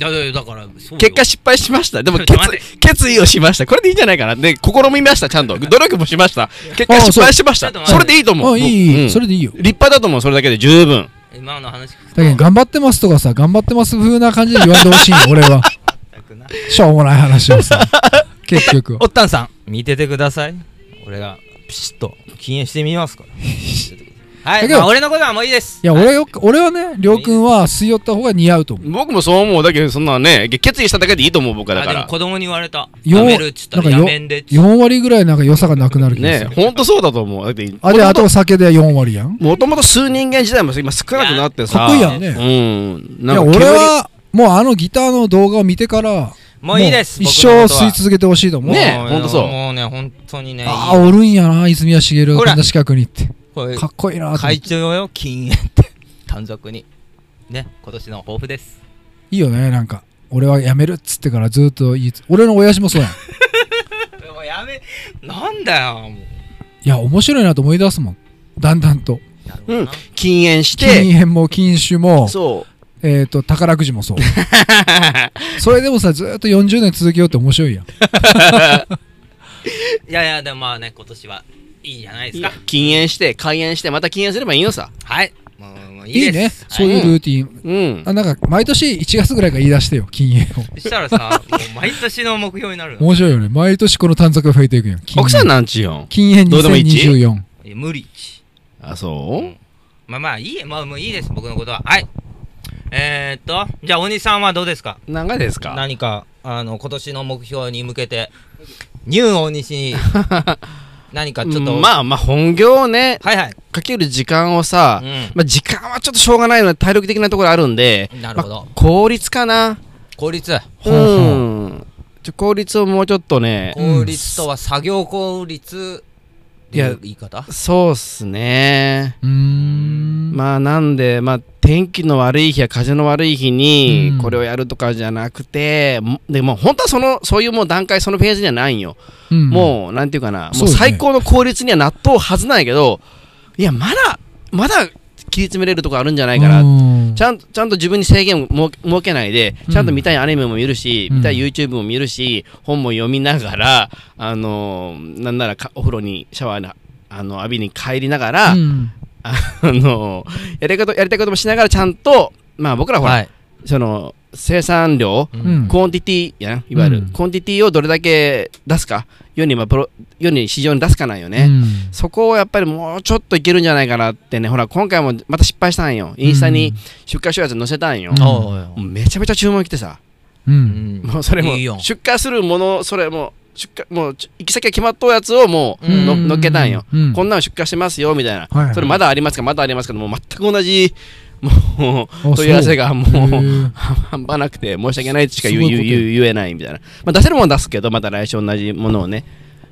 Speaker 3: だだだからそうよ
Speaker 2: 結果失敗しました。でも
Speaker 3: ちょ
Speaker 2: 決
Speaker 3: っと待
Speaker 2: 意、決意をしました。これでいいんじゃないかな。で、試みました、ちゃんと。努力もしました。結果
Speaker 1: ああ
Speaker 2: 失敗しまし
Speaker 3: そう
Speaker 2: た
Speaker 3: ちょっ。と待って
Speaker 2: それでいいと思う。
Speaker 1: あいいい
Speaker 2: うん
Speaker 1: いそれでいいよ
Speaker 2: 立派だと思う、それだけで十分。
Speaker 3: 今の話聞くと
Speaker 1: だけど頑張ってますとかさ頑張ってます風な感じで言わんでほ しいよ俺は
Speaker 3: 全くな
Speaker 1: しょうもない話をさ結局
Speaker 3: おったんさん見ててください俺がピシッと禁煙してみますから
Speaker 1: だ
Speaker 3: はい、
Speaker 1: けど
Speaker 3: まあ、俺のことはもういいです
Speaker 1: いや
Speaker 3: はい
Speaker 1: 俺よ俺はねりょうくんは吸い寄った方が似合うと思う
Speaker 2: 僕もそう思う。だけど、そんなのね、決意しただけでいいと思う、僕はだ
Speaker 3: あ
Speaker 2: か
Speaker 3: でも
Speaker 2: ら。
Speaker 3: 子供に言われた
Speaker 1: よ
Speaker 3: やめるっつったら
Speaker 1: なんか
Speaker 3: や
Speaker 1: よ
Speaker 3: めんでっつ
Speaker 1: 4割ぐらいなんか良さがなくなる気がす
Speaker 2: ね
Speaker 1: る、
Speaker 2: ほんとそうだと思う。だって、
Speaker 1: あであと酒で4割やん
Speaker 2: もともと数人間自体も今少なくなってさ。
Speaker 1: かっこいいやんね
Speaker 2: うん。
Speaker 1: い
Speaker 2: なん
Speaker 1: や
Speaker 2: か
Speaker 1: 俺はもうあのギターの動画を見てから
Speaker 3: もういいです
Speaker 1: もう
Speaker 3: 僕
Speaker 1: 一生
Speaker 3: のことは
Speaker 1: 吸い続けてほしいと思う、
Speaker 2: ね
Speaker 3: も
Speaker 2: ほんとそう
Speaker 3: もうね本当にね
Speaker 1: ああおるんやな泉谷茂がこんな近くにって
Speaker 3: これ
Speaker 1: かっこいいなと思って
Speaker 3: 会長よ禁煙って短冊にね今年の抱負です
Speaker 1: いいよねなんか俺はやめるっつってからずっと言いつ俺の親父もそうやんい
Speaker 3: もうやめなんだよも
Speaker 1: や面白いなと思い出すもんだんだんと
Speaker 3: うなるほ
Speaker 2: う
Speaker 3: ど
Speaker 2: ん
Speaker 3: な。
Speaker 2: 禁煙し
Speaker 1: 禁
Speaker 2: て、
Speaker 1: 煙も禁酒も
Speaker 2: そう。
Speaker 1: えっ、と宝くじもそう それでもさずっと40年続けようって面白いやん
Speaker 3: いやいやでもまあね今年はいいんじゃ ないですか
Speaker 2: 禁煙して、開煙して、また禁煙すればいいのさ。
Speaker 3: はいもうもうい
Speaker 1: い
Speaker 3: い
Speaker 1: いね
Speaker 3: です
Speaker 1: そういうルーティン、
Speaker 2: うん。
Speaker 1: あなんか毎年1月ぐらいから言い出してよ禁煙を
Speaker 3: そしたらさ、もう毎年の目標になるの。
Speaker 1: 面白いよね毎年この短冊が増えていくやん禁煙
Speaker 2: 奥さんなんちよん。
Speaker 1: 禁煙
Speaker 2: どうでもいいち
Speaker 1: 2024
Speaker 3: いや無理っち。
Speaker 2: あ、そう
Speaker 3: まあまあいいえ、まあもういいです、僕のことは。はい。えー、っと、じゃあ、鬼さんはどうですか
Speaker 2: 何がですか
Speaker 3: 何か、あの、今年の目標に向けて、ニュー大西に、何かちょっと、
Speaker 2: まあまあ本業をね
Speaker 3: はいはい。
Speaker 2: かける時間をさ、
Speaker 3: う
Speaker 2: まあ時間はちょっとしょうがないので体力的なところあるんで
Speaker 3: ん。なるほど。
Speaker 2: 効率かな
Speaker 3: 効率。
Speaker 1: ほうほう
Speaker 2: うんちょ効率をもうちょっとね
Speaker 3: 効率とは作業効率っていう言い方
Speaker 2: そうっすね
Speaker 1: うーん
Speaker 2: まあなんでまあ天気の悪い日や風の悪い日に
Speaker 1: うん
Speaker 2: これをやるとかじゃなくて、もでもう本当はそのそういうもう段階そのフェーズにはないんよ、
Speaker 1: うん
Speaker 2: もうなんていうかな
Speaker 1: そ
Speaker 2: も
Speaker 1: うで
Speaker 2: う
Speaker 1: すね
Speaker 2: 最高の効率には納豆はずないけどいやまだまだ切り詰めれるとこあるんじゃないかな
Speaker 1: うん
Speaker 2: ちゃんちゃんと自分に制限を設け設けないで、ちゃんと見たいアニメも見るし、
Speaker 1: うん
Speaker 2: 見たい YouTube も見るし、本も読みながら、あのーなんならかお風呂にシャワーなあの浴びに帰りながら、
Speaker 1: うん
Speaker 2: あのーやりたいことやりたいこともしながらちゃんと、まあ僕らほら、
Speaker 3: はい。
Speaker 2: その生産量、
Speaker 3: う。
Speaker 1: うんん
Speaker 2: クオンティティやな、いわゆる、
Speaker 1: うん
Speaker 2: クオンティティをどれだけ出すか、世に,、まあ、プロ世に市場に出すかなんよね。
Speaker 1: うん
Speaker 2: そこをやっぱりもうちょっといけるんじゃないかなってね、ほら、今回もまた失敗したんよ。インスタに出荷しようやつ載せたんよ。
Speaker 1: うん
Speaker 3: おうおうお
Speaker 2: もうめちゃめちゃ注文来てさ、
Speaker 1: う
Speaker 3: ううんん。
Speaker 2: もうそれも
Speaker 3: いいよ
Speaker 2: 出荷するもの、それもう出荷、もうち行き先が決まっとうやつをもうの
Speaker 1: うん
Speaker 2: 乗っけたんよ、
Speaker 1: うん
Speaker 2: こんなの出荷してますよみたいな、
Speaker 1: はいはい
Speaker 2: それまだありますか、まだありますか、もう全く同じ、 も
Speaker 1: あ
Speaker 2: う問い合わせがもう
Speaker 1: そうへー
Speaker 2: 半端なくて、申し訳ないとしか言う
Speaker 1: すごい
Speaker 2: 言
Speaker 1: こ
Speaker 2: う
Speaker 1: と
Speaker 2: 言う言えないみたいな、まあ、出せるものは出すけど、また来週同じものをね、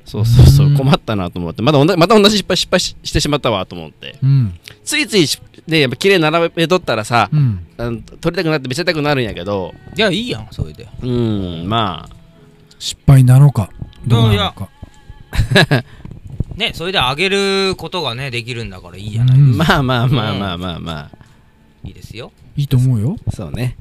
Speaker 2: そうそうそうう、
Speaker 1: ん
Speaker 2: 困ったなと思って、まだ同じまた同じ失敗失敗ししてしまったわと思って、
Speaker 1: うん
Speaker 2: ついついし、ね、やっぱ綺麗に並べとったらさ、
Speaker 1: うん
Speaker 2: あの撮りたくなって見せたくなるんやけど、
Speaker 3: いやいいやんそれで
Speaker 2: うん、まあ、
Speaker 1: 失敗なのかどう
Speaker 3: い
Speaker 1: なの
Speaker 3: や
Speaker 1: か
Speaker 3: ねそれであげることがねできるんだからいいじゃない、
Speaker 1: うん
Speaker 2: まあまあまあまあまあま
Speaker 3: いいですよ
Speaker 1: いいと思うよ
Speaker 2: あ、そうね。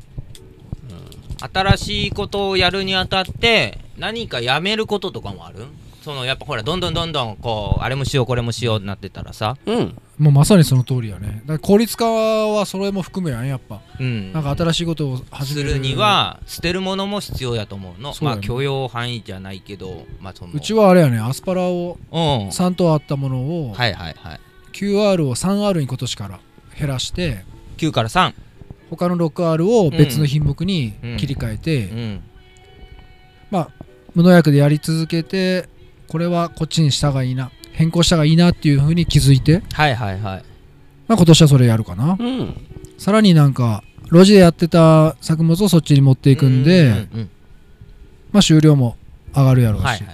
Speaker 3: 新しいことをやるにあたって何かやめることとかもあるそのやっぱほらどんどんどんどんこうあれもしようこれもしようってなってたらさ
Speaker 2: うん、
Speaker 1: もうまさにその通りやねだから効率化はそれも含むやんやっぱ
Speaker 3: うん
Speaker 1: なんか新しいことを始
Speaker 3: す
Speaker 1: め
Speaker 3: るには捨てるものも必要やと思うの
Speaker 1: そう
Speaker 3: ま
Speaker 1: だ
Speaker 3: あ
Speaker 1: ね
Speaker 3: 許容範囲じゃないけどまあその
Speaker 1: うちはあれやねアスパラを
Speaker 3: うんはい
Speaker 1: 3とあったものを
Speaker 3: はいはい
Speaker 1: 9R を 3R に今年から減らして
Speaker 3: 9から3
Speaker 1: 他の 6R を別の品目に切り替えて、
Speaker 3: うん
Speaker 1: 無農薬でやり続けてこれはこっちにしたがいいな変更したがいいなっていうふうに気づいて、
Speaker 3: はいはいはい
Speaker 1: まあ、今年はそれやるかな、
Speaker 2: うん、
Speaker 1: さらになんか路地でやってた作物をそっちに持っていくんで、
Speaker 3: うんうん
Speaker 1: まあ収量も上がるや
Speaker 3: う
Speaker 1: ろう
Speaker 3: ん
Speaker 1: し、
Speaker 3: はいはいは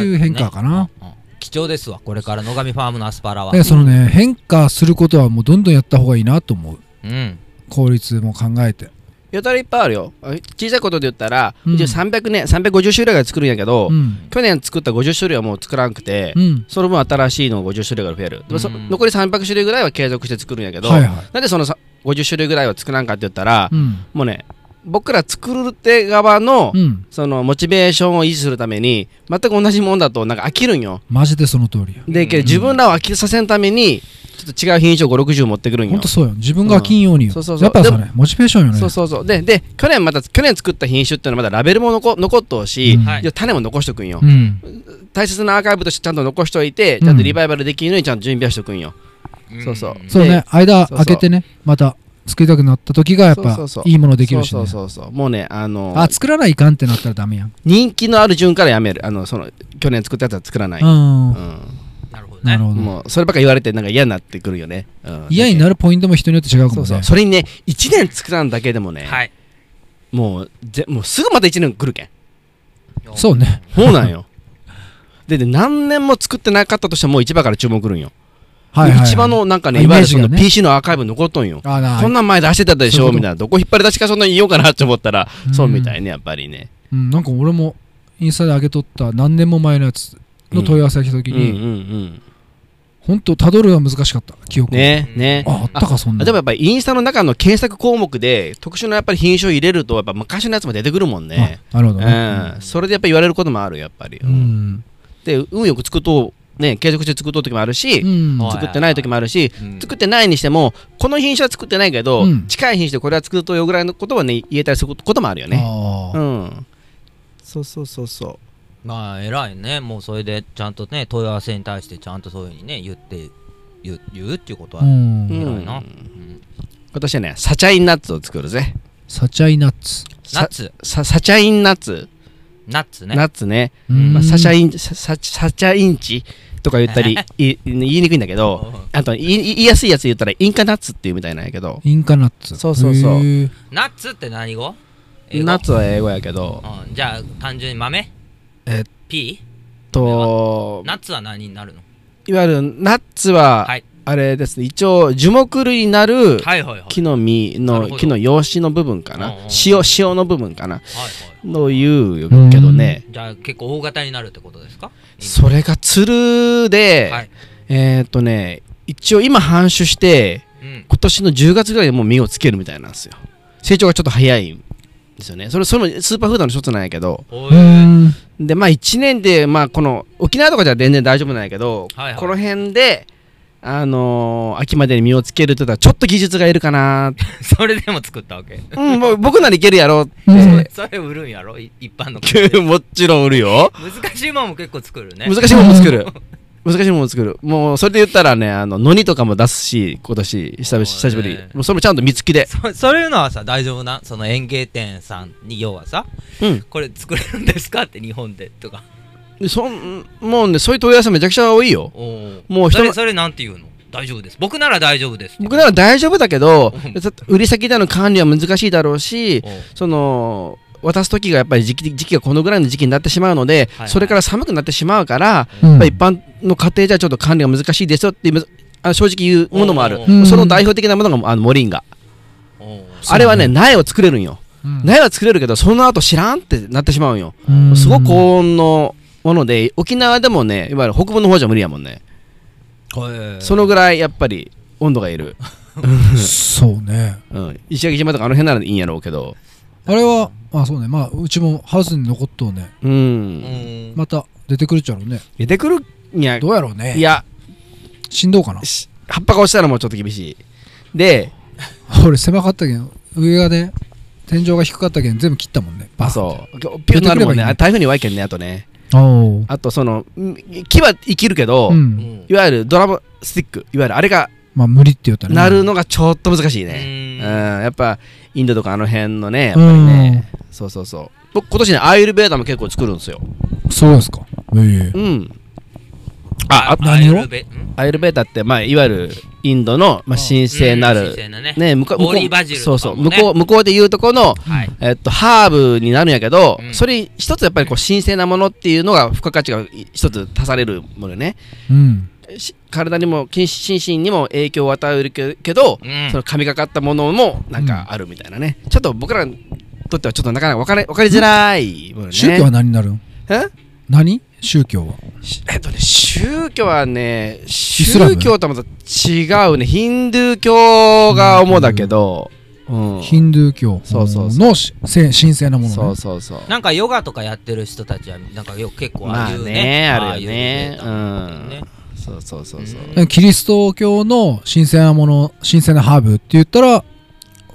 Speaker 1: っていう変化かな、
Speaker 3: まあねうん貴重ですわこれから野上ファームのアスパラ
Speaker 1: だ
Speaker 3: は
Speaker 1: からそのね変化することはもうどんどんやった方がいいなと思う
Speaker 3: うん
Speaker 1: 効率も考えて
Speaker 2: よだれいっぱいあるよ。あ小さいことで言ったら、
Speaker 1: うん
Speaker 2: うち300年、350種類ぐらい作るんやけど、
Speaker 1: うん
Speaker 2: 去年作った50種類はもう作らんくて、
Speaker 1: うん
Speaker 2: その分新しいの50種類が増える。でもそ
Speaker 3: うん
Speaker 2: 残り300種類ぐらいは継続して作るんやけど、
Speaker 1: はいはい
Speaker 2: なんでそのさ50種類ぐらいは作らんかって言ったら、
Speaker 1: うん
Speaker 2: もうね、僕ら作る手側の、
Speaker 1: うん
Speaker 2: そのモチベーションを維持するために、全く同じもんだとなんか飽きるんよ。
Speaker 1: マジでその通りや
Speaker 2: で、けど自分らを飽きさせんために、ちょっと違う品種を5、60持ってくるん
Speaker 1: ほん
Speaker 2: よ
Speaker 1: と。そうよ自分が金曜によ、
Speaker 2: うんそうそうそう
Speaker 1: やっぱさねモチベーションよね
Speaker 2: そうそうそう。で、で、去年また、去年作った品種っていうのはまだラベルも残残っとうし、
Speaker 1: うん
Speaker 3: はい
Speaker 2: で種も残しとくんよ。
Speaker 1: うん
Speaker 2: 大切なアーカイブとしてちゃんと残しといて、
Speaker 1: うん
Speaker 2: ちゃんとリバイバルできるようにちゃんと準備はしとくんよ。そうそう
Speaker 1: そうね間
Speaker 2: そうそう
Speaker 1: 開けてねまた作りたくなった時がやっ
Speaker 2: そう
Speaker 1: ぱ
Speaker 2: そうそう
Speaker 1: いいものできるしね
Speaker 2: そうそうそうそう。もうね、あの
Speaker 1: あ作らないかんってなったらダメやん
Speaker 2: 人気のある順からやめる。あの、その、去年作ったやつは作らない。
Speaker 1: うん
Speaker 2: う
Speaker 3: なるほど
Speaker 1: な
Speaker 3: ね
Speaker 1: るほ
Speaker 2: ん。
Speaker 1: ど
Speaker 2: もう、そればっか言われて、なんか嫌になってくるよね。うん
Speaker 1: 嫌になるポイントも人によって違うか
Speaker 2: そ
Speaker 1: も
Speaker 2: うそう。
Speaker 1: ね
Speaker 2: それにね、1年作らんだけでもね、
Speaker 3: はい
Speaker 2: もう、ぜもうすぐまた1年来るけん。
Speaker 1: そうね
Speaker 2: そうな んよ。で、で何年も作ってなかったとしても、もう市場から注文来るんよ。
Speaker 1: はいはいはい
Speaker 2: 市場のなんかね、
Speaker 1: あ
Speaker 2: いわゆるそ
Speaker 1: イメー
Speaker 2: の
Speaker 1: ジがね
Speaker 2: PC のアーカイブ残っとんよ。
Speaker 1: あな
Speaker 2: こんなん前出してたでし
Speaker 1: そういう
Speaker 2: ょ
Speaker 1: こと
Speaker 2: みたいな。どこ引っ張り出しかそんなに言おうかなって思ったら、
Speaker 1: うん
Speaker 2: そうみたいね、やっぱりね。
Speaker 1: うんなんか俺もインスタで上げとった何年も前のやつの問い合わせが来た
Speaker 2: う
Speaker 1: 時
Speaker 2: んうんう
Speaker 1: に
Speaker 2: ん。
Speaker 1: 本当たどるのが難しかった記憶を
Speaker 2: ね、ね。
Speaker 1: ああったかそん
Speaker 2: あ
Speaker 1: な
Speaker 2: でもやっぱりインスタの中の検索項目で特殊なやっぱり品種を入れるとやっぱ昔のやつも出てくるもんね。
Speaker 1: あなるほどね
Speaker 2: うん、それでやっぱり言われることもあるやっぱり。
Speaker 1: う
Speaker 2: うん
Speaker 1: ん
Speaker 2: で運よく作っとうね継続して作っとう時もあるし、
Speaker 1: うん
Speaker 3: はい
Speaker 2: 作ってない時もあるし、
Speaker 3: うん
Speaker 2: 作ってないにしてもこの品種は作ってないけど、
Speaker 1: うん
Speaker 2: 近い品種でこれは作っとうよぐらいのことはね言えたりすることもあるよね。
Speaker 1: あ
Speaker 2: う
Speaker 1: あ
Speaker 2: ん、そうそうそうそ
Speaker 3: まあ偉いねもうそれでちゃんとね問い合わせに対してちゃんとそういうふうにね言って言う言うっていうことは
Speaker 1: う
Speaker 2: う。
Speaker 1: ん
Speaker 3: 偉い
Speaker 2: う
Speaker 3: な、うんん
Speaker 2: 今年はねサチャインナッツを作るぜ。
Speaker 1: サチャイナッツ
Speaker 3: ナッ
Speaker 2: さ
Speaker 3: ツ
Speaker 2: さサチャインナッツ、
Speaker 3: ナッツね
Speaker 2: ナッツね。
Speaker 1: うん
Speaker 2: まあ、サシャインサササチャインチとか言った りい言いにくいんだけどあと言い言いやすいやつ言ったらインカナッツっていうみたいなんやけど
Speaker 1: インカナッツ
Speaker 2: そうそうそう
Speaker 1: へえ
Speaker 3: ナッツって何語英語
Speaker 2: ナッツは英語やけど
Speaker 3: うんじゃあ単純に豆
Speaker 2: えっ
Speaker 3: P?
Speaker 2: と
Speaker 3: ナッツは何になるの
Speaker 2: いわゆるナッツは
Speaker 3: はい
Speaker 2: あれですね一応樹木類になる
Speaker 3: はいはいはいはい
Speaker 2: 木の実
Speaker 3: なるほ
Speaker 2: の
Speaker 3: ど
Speaker 2: 木の葉子の部分かな
Speaker 3: うんうんうん
Speaker 2: 塩塩の部分かな
Speaker 3: は
Speaker 2: のいうけどね
Speaker 3: いじゃあ結構大型になるってことですか
Speaker 2: それがつるで、
Speaker 3: はい
Speaker 2: えーっとね一応今繁殖して
Speaker 3: うん
Speaker 2: 今年の10月ぐらいでもう実をつけるみたいなんですよ成長がちょっと早いんですよねそれそれもスーパーフードの一つなんやけど
Speaker 1: う
Speaker 3: おい
Speaker 1: ん
Speaker 2: でまあ1年でまあこの沖縄とかじゃ全然大丈夫なんやけど、
Speaker 3: はいはい
Speaker 2: この辺であのー秋までに実をつけるって言ったらちょっと技術がいるかな
Speaker 3: それでも作ったわけ
Speaker 2: うんもう僕ならいけるやろって
Speaker 1: うん
Speaker 3: それ売るんやろい一般の
Speaker 2: もちろん売るよ
Speaker 3: 難しいもんも結構作るね
Speaker 2: 難しいものも作 る難しいものも作るもうそれで言ったらねあののりとかも出すし今年久々久しぶり
Speaker 3: そうね
Speaker 2: もうそれもちゃんと見つきで
Speaker 3: そそういうのはさ大丈夫なその園芸店さんに要はさ
Speaker 2: うん
Speaker 3: これ作れるんですかって日本でとか
Speaker 2: でそんもうねそういう問い合わせめちゃくちゃ多いよもう人
Speaker 3: そ
Speaker 2: の
Speaker 3: れそれなんて言うの大丈夫です僕なら大丈夫ですって
Speaker 2: 僕なら大丈夫だけど
Speaker 3: うん
Speaker 2: ちょっと売り先での管理は難しいだろうし
Speaker 3: おう
Speaker 2: その渡す時がやっぱり時期時期がこのぐらいの時期になってしまうので、
Speaker 3: はいはい
Speaker 2: それから寒くなってしまうから、
Speaker 1: うん
Speaker 2: やっぱ一般の家庭じゃちょっと管理が難しいですよっていうあの正直言うものもある、
Speaker 3: お
Speaker 1: ー
Speaker 2: その代表的なものがあのモリンガ、
Speaker 1: そう
Speaker 2: あれはね苗を作れるんよ、
Speaker 1: うん
Speaker 2: 苗は作れるけどその後知らんってなってしまうんよ、
Speaker 1: うん
Speaker 2: すごく高温のもので沖縄でもねいわゆる北部の方じゃ無理やもんね、そのぐらいやっぱり温度がいる、
Speaker 1: そうね
Speaker 2: うん、石垣島とかあの辺ならいいんやろうけど
Speaker 1: あれはあそうねまあうちもハウスに残っとうね
Speaker 2: うん、
Speaker 3: うん
Speaker 1: また出てくるっちゃろうね
Speaker 2: 出てくるんや
Speaker 1: どうやろうね
Speaker 2: いや
Speaker 1: しんどうかな
Speaker 2: し葉っぱが落ちたらもうちょっと厳しいで
Speaker 1: 俺狭かったけん上がね天井が低かったけん全部切ったもんね
Speaker 2: あ
Speaker 1: バう
Speaker 2: そうピュッとな
Speaker 1: 出てくれ
Speaker 2: るもんね
Speaker 1: ばいいね
Speaker 2: あ台風に弱いけんねあとね
Speaker 1: お
Speaker 2: あとそのん木は生きるけど、
Speaker 1: うん
Speaker 2: いわゆるドラムスティックいわゆるあれが
Speaker 1: まあ無理って言ったらね
Speaker 2: なるのがちょっと難しいね、うん
Speaker 3: ね
Speaker 2: やっぱインドとかあの辺のねやっ
Speaker 1: う
Speaker 2: ぱり
Speaker 1: ん
Speaker 2: ね、そうそうそう僕今年ねアイルベーダも結構作るんですよ
Speaker 1: そうですかええ
Speaker 2: うんああ
Speaker 1: 何を
Speaker 2: アイルベーダって、まあ、いわゆるインドの、まあ、神聖なる、ね、向こう向こう
Speaker 3: ホーリーバジル
Speaker 2: そ
Speaker 3: と
Speaker 2: うそ
Speaker 3: か
Speaker 2: う
Speaker 3: もね
Speaker 2: 向こう向こうでいうとこの、
Speaker 3: はい
Speaker 2: えっと、ハーブになるんやけど、
Speaker 3: うん
Speaker 2: それ一つやっぱりこう神聖なものっていうのが付加価値が一つ足されるものね
Speaker 1: うん
Speaker 2: し体にも心心身にも影響を与えるけけど、
Speaker 3: うん
Speaker 2: その神がかったものもなんかあるみたいなね、ちょっと僕らにとってはちょっとなかなか分かり分かりづらいものね
Speaker 1: 宗教は何になるん
Speaker 2: え
Speaker 1: 何宗教は
Speaker 2: しえっとね宗教はね
Speaker 1: スラム
Speaker 2: 宗教とはまた違うねヒンドゥー教が主だけど、うん
Speaker 1: ヒンドゥー教
Speaker 2: そうそうそ
Speaker 1: のしせ神聖なもの
Speaker 2: そ
Speaker 1: ね
Speaker 2: うそうそう
Speaker 3: なんかヨガとかやってる人たちはなんかよ結構ああいう
Speaker 2: ま
Speaker 3: ね,、
Speaker 2: あねあるよね
Speaker 3: ああいうね
Speaker 2: そうそうそうそう、
Speaker 3: うん
Speaker 1: でもキリスト教の神聖なもの神聖なハーブって言ったら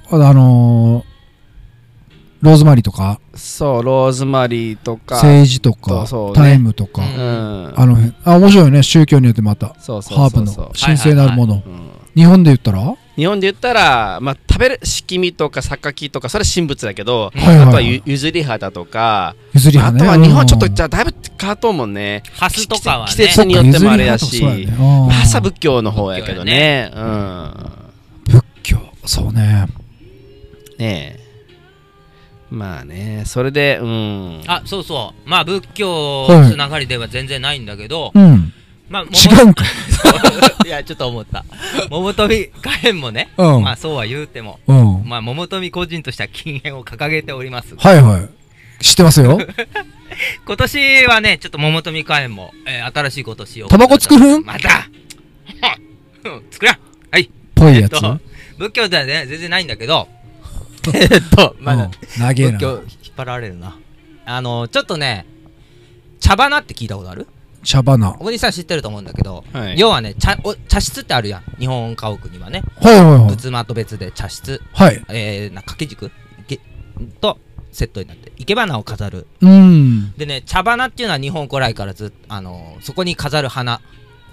Speaker 1: あのーローズマリーとか
Speaker 2: そうローズマリーとか
Speaker 1: セージとか、
Speaker 2: そうそうね
Speaker 1: タイムとか、
Speaker 3: う
Speaker 2: うん
Speaker 1: あの辺あ面白いよね宗教によってまた
Speaker 2: そうそ
Speaker 1: ハー
Speaker 2: う
Speaker 1: ブ
Speaker 2: そう
Speaker 1: の
Speaker 2: そう
Speaker 1: 神聖なるもの、
Speaker 2: うん
Speaker 1: 日本で言ったらは
Speaker 2: 日本で言ったら、まあ、食べるしきみとかさかきとかそれは神仏だけど、
Speaker 1: い
Speaker 2: あと
Speaker 1: は、
Speaker 2: はい
Speaker 1: は
Speaker 2: ゆ
Speaker 1: い、
Speaker 2: ゆずり肌とか、
Speaker 1: 譲り
Speaker 2: あ
Speaker 1: 派ね
Speaker 2: とは日本はちょっと
Speaker 1: うん
Speaker 2: じゃあだいぶ変わっとうもんね
Speaker 3: ハスとかはね
Speaker 2: 季節によってもあれやし
Speaker 1: そっか譲り派とかそうやねうん
Speaker 2: まさ仏教の方やけどねうん
Speaker 1: 仏教そうね
Speaker 2: ねえまあねそれでうん
Speaker 3: あそうそうまあ仏教つながりでは全然ないんだけど、
Speaker 1: うん
Speaker 3: まあ、も
Speaker 1: 違うんか
Speaker 3: いやちょっと思った桃富火炎もね、
Speaker 1: うん
Speaker 3: まあそうは言うても
Speaker 1: うん
Speaker 3: まあ桃富個人としては禁煙を掲げております
Speaker 1: はいはい知ってます よ
Speaker 3: 今年はねちょっと桃富火炎も、えー新しいことしよう
Speaker 1: タバコ作るん
Speaker 3: また うん作らんはい
Speaker 1: ぽい
Speaker 3: え
Speaker 1: や
Speaker 3: っ
Speaker 1: つ、
Speaker 3: と仏教ではね全然ないんだ けど
Speaker 2: えっと
Speaker 1: まだ、長え
Speaker 3: 仏
Speaker 1: な
Speaker 3: 教引っ張られるなあのちょっとね茶花って聞いたことある
Speaker 1: 茶花は
Speaker 3: 小栗さん知ってると思うんだけど、
Speaker 2: はい
Speaker 3: 要はね茶お茶室ってあるやん日本家屋にはね
Speaker 1: いはいはい
Speaker 3: 仏間と別で茶室、
Speaker 1: はい
Speaker 3: えー、な掛け軸けとセットになって生け花を飾る
Speaker 1: うん
Speaker 3: でね茶花っていうのは日本古来からずっあのそこに飾る花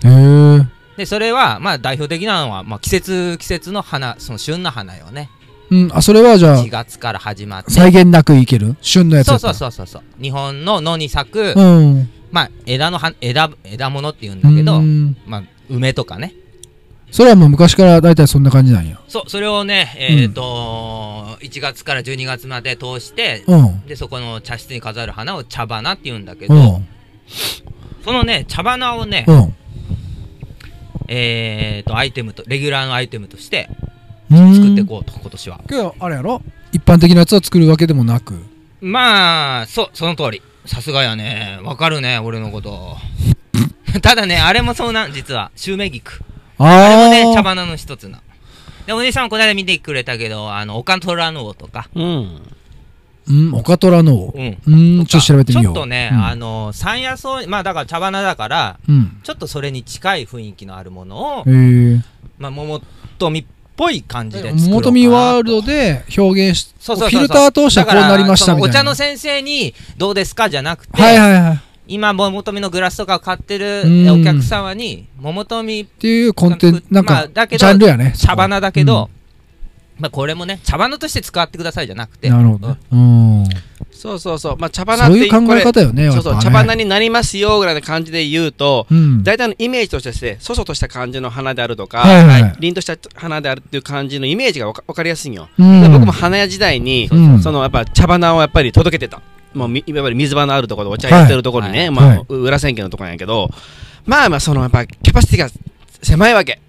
Speaker 1: へえ
Speaker 3: でそれはまあ代表的なのは、まあ、季節季節の花その旬な花よね
Speaker 1: うんあそれはじゃあ
Speaker 3: 4月から始まって
Speaker 1: 際限なくいける旬のやつ
Speaker 3: そうそう
Speaker 1: う
Speaker 3: そうそうそう日本の野に咲く、
Speaker 1: うん
Speaker 3: まあ枝のは枝枝物っていうんだけど、
Speaker 1: うん
Speaker 3: まあ梅とかね
Speaker 1: それはもう昔から大体そんな感じなんや
Speaker 3: そうそれをねえっ、と、1月から12月まで通して、
Speaker 1: うん
Speaker 3: でそこの茶室に飾る花を茶花って言うんだけ
Speaker 1: う
Speaker 3: ど、
Speaker 1: ん
Speaker 3: そのね茶花をね、
Speaker 1: うん
Speaker 3: えっ、とアイテムとレギュラーのアイテムとして
Speaker 1: うん
Speaker 3: 作っていこうと、今年は
Speaker 1: けどあれやろ一般的なやつは作るわけでもなく
Speaker 3: まあそうその通りさすがやねわかるね俺のこと ただねあれもそうなん実は襲名菊あ
Speaker 1: あ
Speaker 3: れもね茶
Speaker 1: ー
Speaker 3: 花の一つなでお姉さんもこの間見てくれたけどあのオカントラノオとか
Speaker 2: うん
Speaker 1: うんオカトラの
Speaker 3: うん
Speaker 1: うんちょっと調べてみよう
Speaker 3: ちょっとね、
Speaker 1: うん
Speaker 3: あの山野草まあだから茶花だから
Speaker 1: うん
Speaker 3: ちょっとそれに近い雰囲気のあるものを、
Speaker 1: へえ
Speaker 3: まあ、桃富っぽい感じで作ろうかな
Speaker 1: 元見ワールドで表現し
Speaker 3: そう
Speaker 1: フ
Speaker 3: そうそうそう
Speaker 1: ィルター通してこうなりましたみたいな
Speaker 3: だからそのお茶の先生にどうですかじゃなくて、
Speaker 1: はいはいはいっ
Speaker 3: 今桃富のグラスとかを買ってる
Speaker 1: うん
Speaker 3: お客様に桃富
Speaker 1: ていうコンテンツなん
Speaker 3: ま
Speaker 1: か
Speaker 3: あ
Speaker 1: ジ
Speaker 3: だけど
Speaker 1: ャンルやね
Speaker 3: 茶花だけど、まあこれもね茶花として使ってくださいじゃなく
Speaker 1: う
Speaker 3: て
Speaker 1: んなるほどねうん
Speaker 2: そうそうそうまあ茶花
Speaker 1: そういう考え方よねやっぱ
Speaker 2: そうそう
Speaker 1: ね
Speaker 2: 茶花になりますよぐらいの感じで言うと、
Speaker 1: うん
Speaker 2: 大体のイメージとしてそそとした感じの花であるとか、
Speaker 1: はいはいはい
Speaker 2: 凛とした花であるっていう感じのイメージがわかわかりやすいんよ、
Speaker 1: うん
Speaker 2: で僕も花屋時代に、
Speaker 1: うん
Speaker 2: そのやっぱ茶花をやっぱり届けてた。もうみやっぱり水場のあるところでお茶やってるところにね、
Speaker 3: はい
Speaker 2: まあ、
Speaker 1: はいう
Speaker 2: 裏千家のところやけど、まあまあそのやっぱキャパシティが狭いわけ。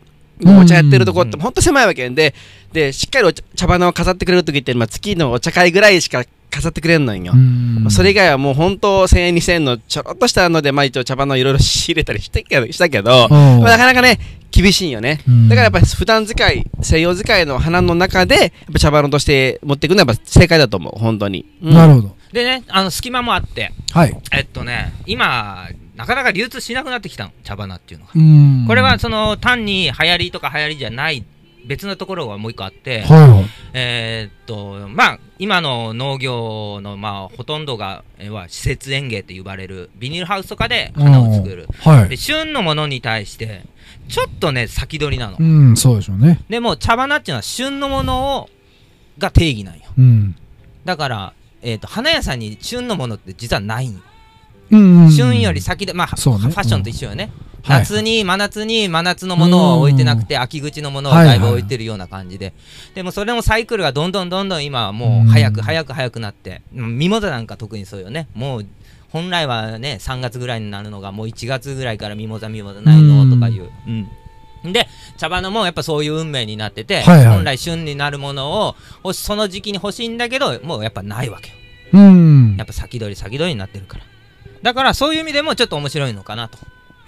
Speaker 2: もうお茶やってるところって
Speaker 3: うん
Speaker 2: 本当狭いわけで、でしっかりお茶茶花を飾ってくれる時って、まあ、月のお茶会ぐらいしか飾ってくれんのよ。
Speaker 1: うん
Speaker 2: それ以外はもう本当1000円2000円のちょろっとしたので、まあ、一応茶花をいろいろ仕入れたりしてけどしたけど、
Speaker 1: うん
Speaker 2: まあなかなかね厳しいんよね、
Speaker 1: うん
Speaker 2: だからやっぱり普段使い西洋使いの花の中でやっぱ茶花として持っていくのはやっぱ正解だと思う本当に、うん
Speaker 1: なるほど
Speaker 3: でねあの隙間もあって
Speaker 1: はい
Speaker 3: えっとね今なかなか流通しなくなってきたの茶花っていうのが、
Speaker 1: うん
Speaker 3: これは
Speaker 1: はい
Speaker 3: その単に流行りとか流行りじゃない別のところがもう一個あって、
Speaker 1: は
Speaker 3: えーっとまあ今の農業のまあほとんどがえーは施設園芸と呼ばれるビニールハウスとかで
Speaker 1: い
Speaker 3: 花を作
Speaker 1: う
Speaker 3: る
Speaker 1: んは
Speaker 3: で
Speaker 1: い
Speaker 3: 旬のものに対してちょっとね先取りなの
Speaker 1: うんそうでしょうね
Speaker 3: でも茶花っていうのは旬のものをが定義なんよ
Speaker 1: うん
Speaker 3: だから、えーっと花屋さんに旬のものって実はないんよ
Speaker 1: うんうん
Speaker 3: 旬より先でまあ、
Speaker 1: そうね
Speaker 3: ファッションと一緒よね、
Speaker 1: はい
Speaker 3: 夏に真夏に真夏のものを置いてなくて秋口のものを
Speaker 1: はい
Speaker 3: だ
Speaker 1: はい
Speaker 3: いぶ置いてるような感じで、でもそれもサイクルがどんどんどんどん今はもう早く
Speaker 1: うん
Speaker 3: 早く早くなってうんミモザなんか特にそうよねもう本来はね3月ぐらいになるのがもう1月ぐらいからミモザミモザないのとかいう、うんで茶花もやっぱそういう運命になってて、
Speaker 1: はいはい
Speaker 3: 本来旬になるものを欲しその時期に欲しいんだけどもうやっぱないわけよ
Speaker 1: うん
Speaker 3: やっぱ先取り先取りになってるから。だからそういう意味でもちょっと面白いのかなと。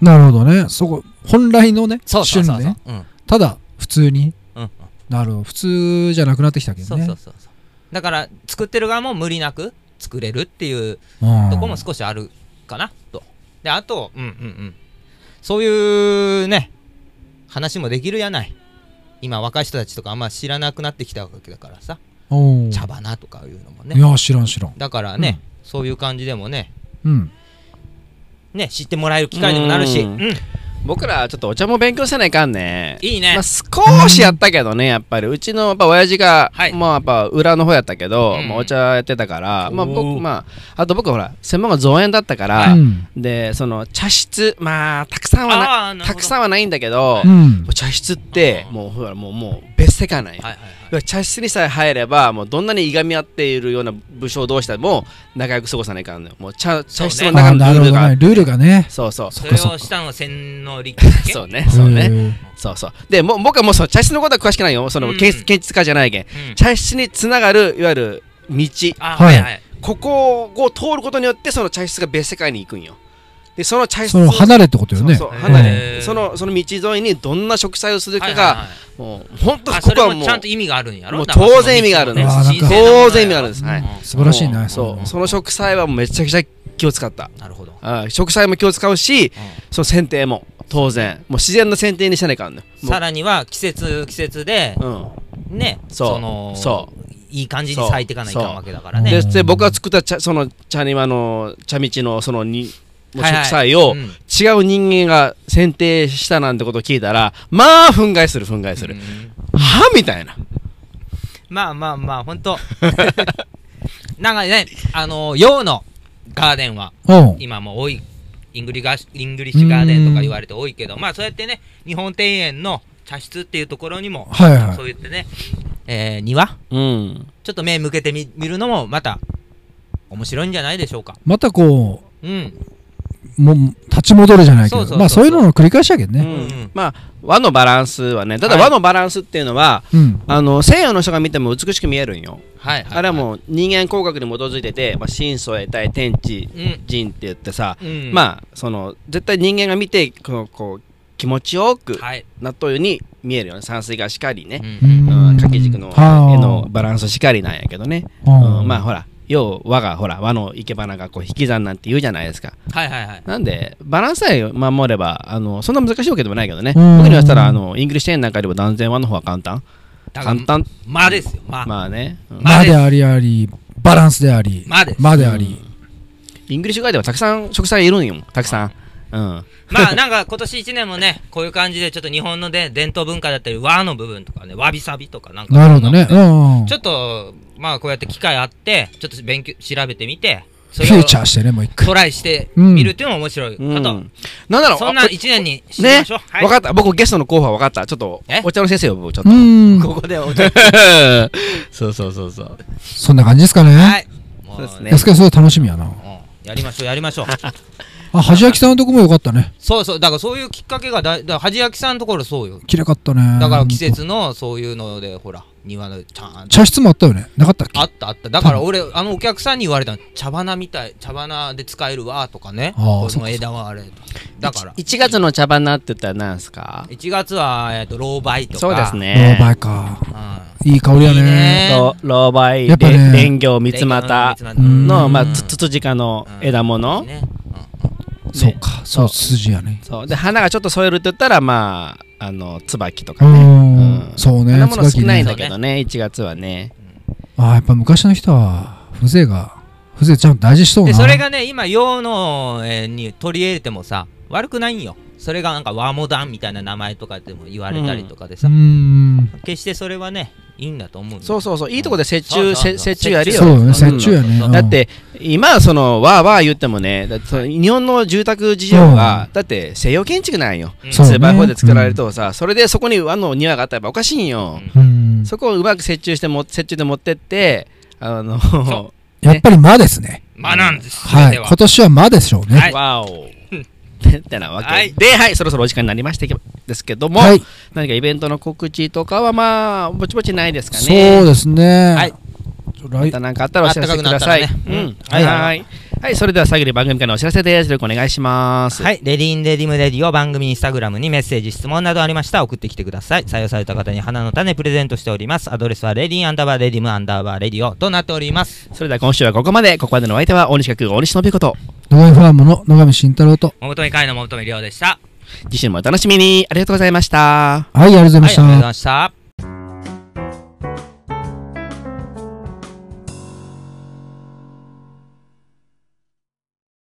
Speaker 1: なるほどねそこ本来のね
Speaker 3: そうそう
Speaker 1: 旬
Speaker 3: そうそう。
Speaker 1: ね
Speaker 3: うん。
Speaker 1: ただ普通に
Speaker 3: うん。
Speaker 1: なるほど普通じゃなくなってきたけ
Speaker 3: そ
Speaker 1: ど
Speaker 3: う
Speaker 1: ね
Speaker 3: そうそうそう。だから作ってる側も無理なく作れるっていう
Speaker 1: うん
Speaker 3: とこも少しあるかなと。で、あと、うんうんうん。そういうね、話もできるやない。今若い人たちとかあんま知らなくなってきたわけだからさ。
Speaker 1: おー
Speaker 3: 茶花とかいうのも
Speaker 1: い
Speaker 3: ね。
Speaker 1: や知らん知らん
Speaker 3: だからね、そういう感じでもね、
Speaker 1: うん
Speaker 3: ね、知ってもらえる機会にもなるし。
Speaker 2: う
Speaker 3: う
Speaker 2: ん
Speaker 3: ん。
Speaker 2: 僕らちょっとお茶も勉強せないかんね
Speaker 3: いいね
Speaker 2: まあ、少しやったけどねやっぱりうちのやっぱ親父が、
Speaker 3: はい
Speaker 2: まあやっぱ裏の方やったけど、
Speaker 3: うん
Speaker 2: まあ、お茶やってたから、まあ、
Speaker 3: おー
Speaker 2: 僕まああと僕ほら専門が造園だったから、
Speaker 1: うん
Speaker 2: でその茶室まあたくさんはな
Speaker 3: ああ、なるほど。
Speaker 2: たくさんはないんだけど、
Speaker 1: うん
Speaker 2: 茶室って
Speaker 3: うん
Speaker 2: もうほらもうもう別世界なんよ
Speaker 3: はいはいはい。
Speaker 2: 茶室にさえ入ればもうどんなにいがみ合っているような武将同士でも仲良く過ごさないかんのよもう茶茶室の
Speaker 1: あ
Speaker 2: 中
Speaker 1: ーな
Speaker 2: の
Speaker 1: るほど
Speaker 2: ルールが
Speaker 1: ねルールがね
Speaker 2: そうそう
Speaker 1: そ
Speaker 3: そ
Speaker 1: っ
Speaker 3: れ
Speaker 1: かそっ
Speaker 3: を
Speaker 1: か
Speaker 3: したの洗脳力だっけ
Speaker 2: そうねそうね
Speaker 1: へ
Speaker 2: そうそうでもう僕はもうそう茶室のことは詳しくないよその、
Speaker 3: うん
Speaker 2: 建建築家じゃないけん
Speaker 3: うん
Speaker 2: 茶室につながるいわゆる道
Speaker 3: あは
Speaker 1: はいい
Speaker 3: はい
Speaker 2: ここを通ることによってその茶室が別世界に行くんよでその茶
Speaker 1: ー
Speaker 2: 室
Speaker 1: その離れってことよ
Speaker 2: そう
Speaker 1: ね
Speaker 2: そう
Speaker 3: へー
Speaker 2: 離
Speaker 3: へー
Speaker 2: れそのその道沿いにどんな植栽をする
Speaker 3: は
Speaker 2: か
Speaker 3: いはい
Speaker 2: が
Speaker 3: はい
Speaker 2: もう本当
Speaker 3: あ
Speaker 2: こ
Speaker 3: そ
Speaker 2: こ
Speaker 3: れ
Speaker 2: は
Speaker 3: も
Speaker 2: も
Speaker 3: ちゃん
Speaker 2: う
Speaker 3: と意味があるんやろ
Speaker 2: もう
Speaker 3: だから
Speaker 2: 当然意味があるの
Speaker 3: そ
Speaker 1: あーなんか
Speaker 3: 神聖なものや
Speaker 2: 当然意味があるんですはい
Speaker 3: うん
Speaker 1: 素晴らしいね
Speaker 2: そうそ
Speaker 1: の
Speaker 2: の植栽はめちゃくちゃ気を使った
Speaker 3: なるほど
Speaker 2: あ植栽も気を使うしその剪定も当然もう自然な剪定にしないかんのよ
Speaker 3: う
Speaker 2: も
Speaker 3: ん
Speaker 2: う
Speaker 3: さらには季節季節でね
Speaker 2: そう
Speaker 3: の
Speaker 2: そ
Speaker 3: いい感じに咲いていかないかんわけだから
Speaker 2: うん
Speaker 3: ね
Speaker 2: でで僕が作った茶その茶庭の茶道のそのにもう
Speaker 3: はいはい
Speaker 2: 植栽を
Speaker 3: うん
Speaker 2: 違う人間が剪定したなんてことを聞いたらまあ憤慨する憤慨する
Speaker 3: うん
Speaker 2: はみたいな
Speaker 3: まあまあまあ本当 なんかねあの洋のガーデンは
Speaker 1: おう
Speaker 3: 今もう多いイングリガシイングリッシュガーデンとか言われて多いけどまあそうやってね日本庭園の茶室っていうところにも
Speaker 1: はいはい
Speaker 3: そう言ってねえー庭
Speaker 2: うん
Speaker 3: ちょっと目向けてみ見るのもまた面白いんじゃないでしょうか。
Speaker 1: またこ
Speaker 3: うん。
Speaker 1: うもう立ち戻るじゃないけ
Speaker 3: そうそうそうそ
Speaker 1: ど
Speaker 3: う
Speaker 1: まあそういうのの繰り返しやけど
Speaker 2: う
Speaker 1: ね
Speaker 3: うん
Speaker 2: んまあ和のバランスはねただ
Speaker 3: はい
Speaker 2: 和のバランスっていうのは
Speaker 1: うん
Speaker 2: あの西洋の人が見ても美しく見えるんよ
Speaker 3: はい、はい。
Speaker 2: あれはもう人間工学に基づいてて、まあ、神相得体天地
Speaker 3: うん。
Speaker 2: 人って言ってさ、
Speaker 3: うん。あ、
Speaker 2: まあその絶対人間が見てこのこう気持ちよく
Speaker 3: はい。
Speaker 2: なったように見えるよね山水画しかりね、
Speaker 3: う
Speaker 1: うんん
Speaker 2: うん掛け軸の
Speaker 1: はあ
Speaker 2: 絵のバランスしかりなんやけどね、
Speaker 1: うん
Speaker 2: うんまあほら要和がほら和の生け花がこう引き算なんて言うじゃないですか
Speaker 3: はいはいはい。
Speaker 2: なんでバランスさえ守ればあのそんな難しいわけでもないけどね
Speaker 1: うん
Speaker 2: 僕にはしたらあのイングリッシュ園なんかよりも断然和の方が簡単
Speaker 3: だから
Speaker 2: 簡単
Speaker 3: まあですよ。まあ。
Speaker 2: まあね、うん
Speaker 3: まあ
Speaker 1: までありありバランスであり
Speaker 3: まあです。
Speaker 1: まであり
Speaker 2: イングリッシュガイドはたくさん食材いるんよたくさん、うん
Speaker 3: まあなんか今年一年もね、こういう感じでちょっと日本ので伝統文化だったり和の部分とかね、わびさびとかなんか。
Speaker 1: なるほどね。うんうん
Speaker 3: ちょっと、まあこうやって機会あって、ちょっと勉強、調べてみて、
Speaker 1: フューチャーしてねもう一回
Speaker 3: トライしてみるっていうのも面白いか
Speaker 2: う
Speaker 3: と、
Speaker 2: ん、なんだろう
Speaker 3: そんな1年にし
Speaker 2: ね
Speaker 3: ましょう、はい
Speaker 2: 分かった僕ゲストの候補は分かったちょっと
Speaker 3: え
Speaker 2: お茶の先生呼ぶちょっ
Speaker 1: う
Speaker 2: と
Speaker 1: ん
Speaker 2: ここでお茶そうそうそうそう
Speaker 1: そんな感じですかね、
Speaker 3: はいも
Speaker 2: そうですね
Speaker 1: 安川そう楽しみやな
Speaker 3: うんやりましょうやりましょう
Speaker 1: あ橋明さんのとこもよかったね
Speaker 3: そうそうだからそういうきっかけがだだから恥焼きさんのところそうよ
Speaker 1: きれかったね
Speaker 3: だから季節のそういうのでほら庭のちゃんと
Speaker 1: 茶室もあったよねなかったっけ
Speaker 3: あったあっただから俺あのお客さんに言われたの茶花みたい茶花で使えるわとかね
Speaker 1: あー
Speaker 3: こ
Speaker 1: そっ
Speaker 3: の枝はあれとだから
Speaker 2: 1月の茶花って言ったら何すか
Speaker 3: 1月は、えっと老梅とか
Speaker 2: そうです
Speaker 1: ロ
Speaker 2: ね
Speaker 1: ーバイか
Speaker 3: うん
Speaker 1: いい香りやね
Speaker 3: いいね
Speaker 2: ロロバイ
Speaker 1: やっぱね
Speaker 2: レレンギョウミツマタ
Speaker 3: レンゲの三
Speaker 1: う
Speaker 3: つ股
Speaker 1: ん
Speaker 2: の、
Speaker 1: うん
Speaker 2: まあ、つつつじかの枝物、
Speaker 3: ね
Speaker 1: そうかそう筋やね
Speaker 2: そうで花がちょっと添えるって言ったらまああの椿と
Speaker 1: う
Speaker 2: かね、
Speaker 1: ん
Speaker 2: うん
Speaker 1: そうね
Speaker 2: 花物少
Speaker 1: 椿
Speaker 2: ないん
Speaker 1: ね
Speaker 2: だけどね1月はね
Speaker 1: あーやっぱ昔の人は風情が風情ちゃんと大事しそう
Speaker 3: で
Speaker 1: な
Speaker 3: それがね今洋の、えーに取り入れてもさ悪くないんよそれがなんか和モダンみたいな名前とかでも言われたりとかで
Speaker 1: う
Speaker 3: さ、
Speaker 1: ん
Speaker 3: 決してそれはねいいんだと思うんだよ
Speaker 2: そうそうそういいとこで折
Speaker 3: う
Speaker 2: 衷
Speaker 3: んそうそ
Speaker 2: せ
Speaker 3: うそ
Speaker 2: 折衷
Speaker 3: う
Speaker 2: やるよ
Speaker 1: そうよね
Speaker 2: ん
Speaker 1: 折衷やねうん
Speaker 2: だって今はそのわーわー言ってもねだってその日本の住宅事情がだって西洋建築なんよ
Speaker 3: うん
Speaker 1: そうね
Speaker 2: スーパーフォーで作られるとさそれでそこに和の庭があったらやっぱおかしいんよ
Speaker 3: うん
Speaker 1: うん
Speaker 2: そこをうまく折衷しても折衷で持ってってあの
Speaker 3: そ
Speaker 1: やっぱり間ですね
Speaker 3: まあなんです
Speaker 1: はい
Speaker 3: では
Speaker 1: 今年は間でしょ うね
Speaker 3: はい
Speaker 2: わおってなわけ、
Speaker 3: はい
Speaker 2: ではいそろそろお時間になりましたけですけども、
Speaker 1: はい
Speaker 2: 何かイベントの告知とかはまあぼちぼちないですかね
Speaker 1: そうですね
Speaker 3: はい
Speaker 1: ちょ来
Speaker 2: また何かあったらお知らせください。
Speaker 3: あったかく
Speaker 2: う
Speaker 3: なっ
Speaker 2: ん
Speaker 3: た
Speaker 2: は
Speaker 3: ら
Speaker 2: い
Speaker 3: ね
Speaker 2: はいはいそれでは最後に番組からのお知らせです。よろしくお願いします。
Speaker 3: はい、レディーンレディムレディを番組インスタグラムにメッセージ、質問などありましたら送ってきてください。採用された方に花の種プレゼントしております。アドレスはレディーンアンダーバーレディムアンダーバーレディオとなっております。
Speaker 2: それでは今週はここまで。ここまでのお相手は大西学大西信彦と
Speaker 1: ドワイファームの野上慎太郎と
Speaker 3: 桃富会の桃富亮でした。
Speaker 2: 次週もお楽しみにありがとうございました。
Speaker 1: はいありがとうございま
Speaker 3: は
Speaker 1: し
Speaker 3: い、ありがとうござい
Speaker 1: た
Speaker 3: ました。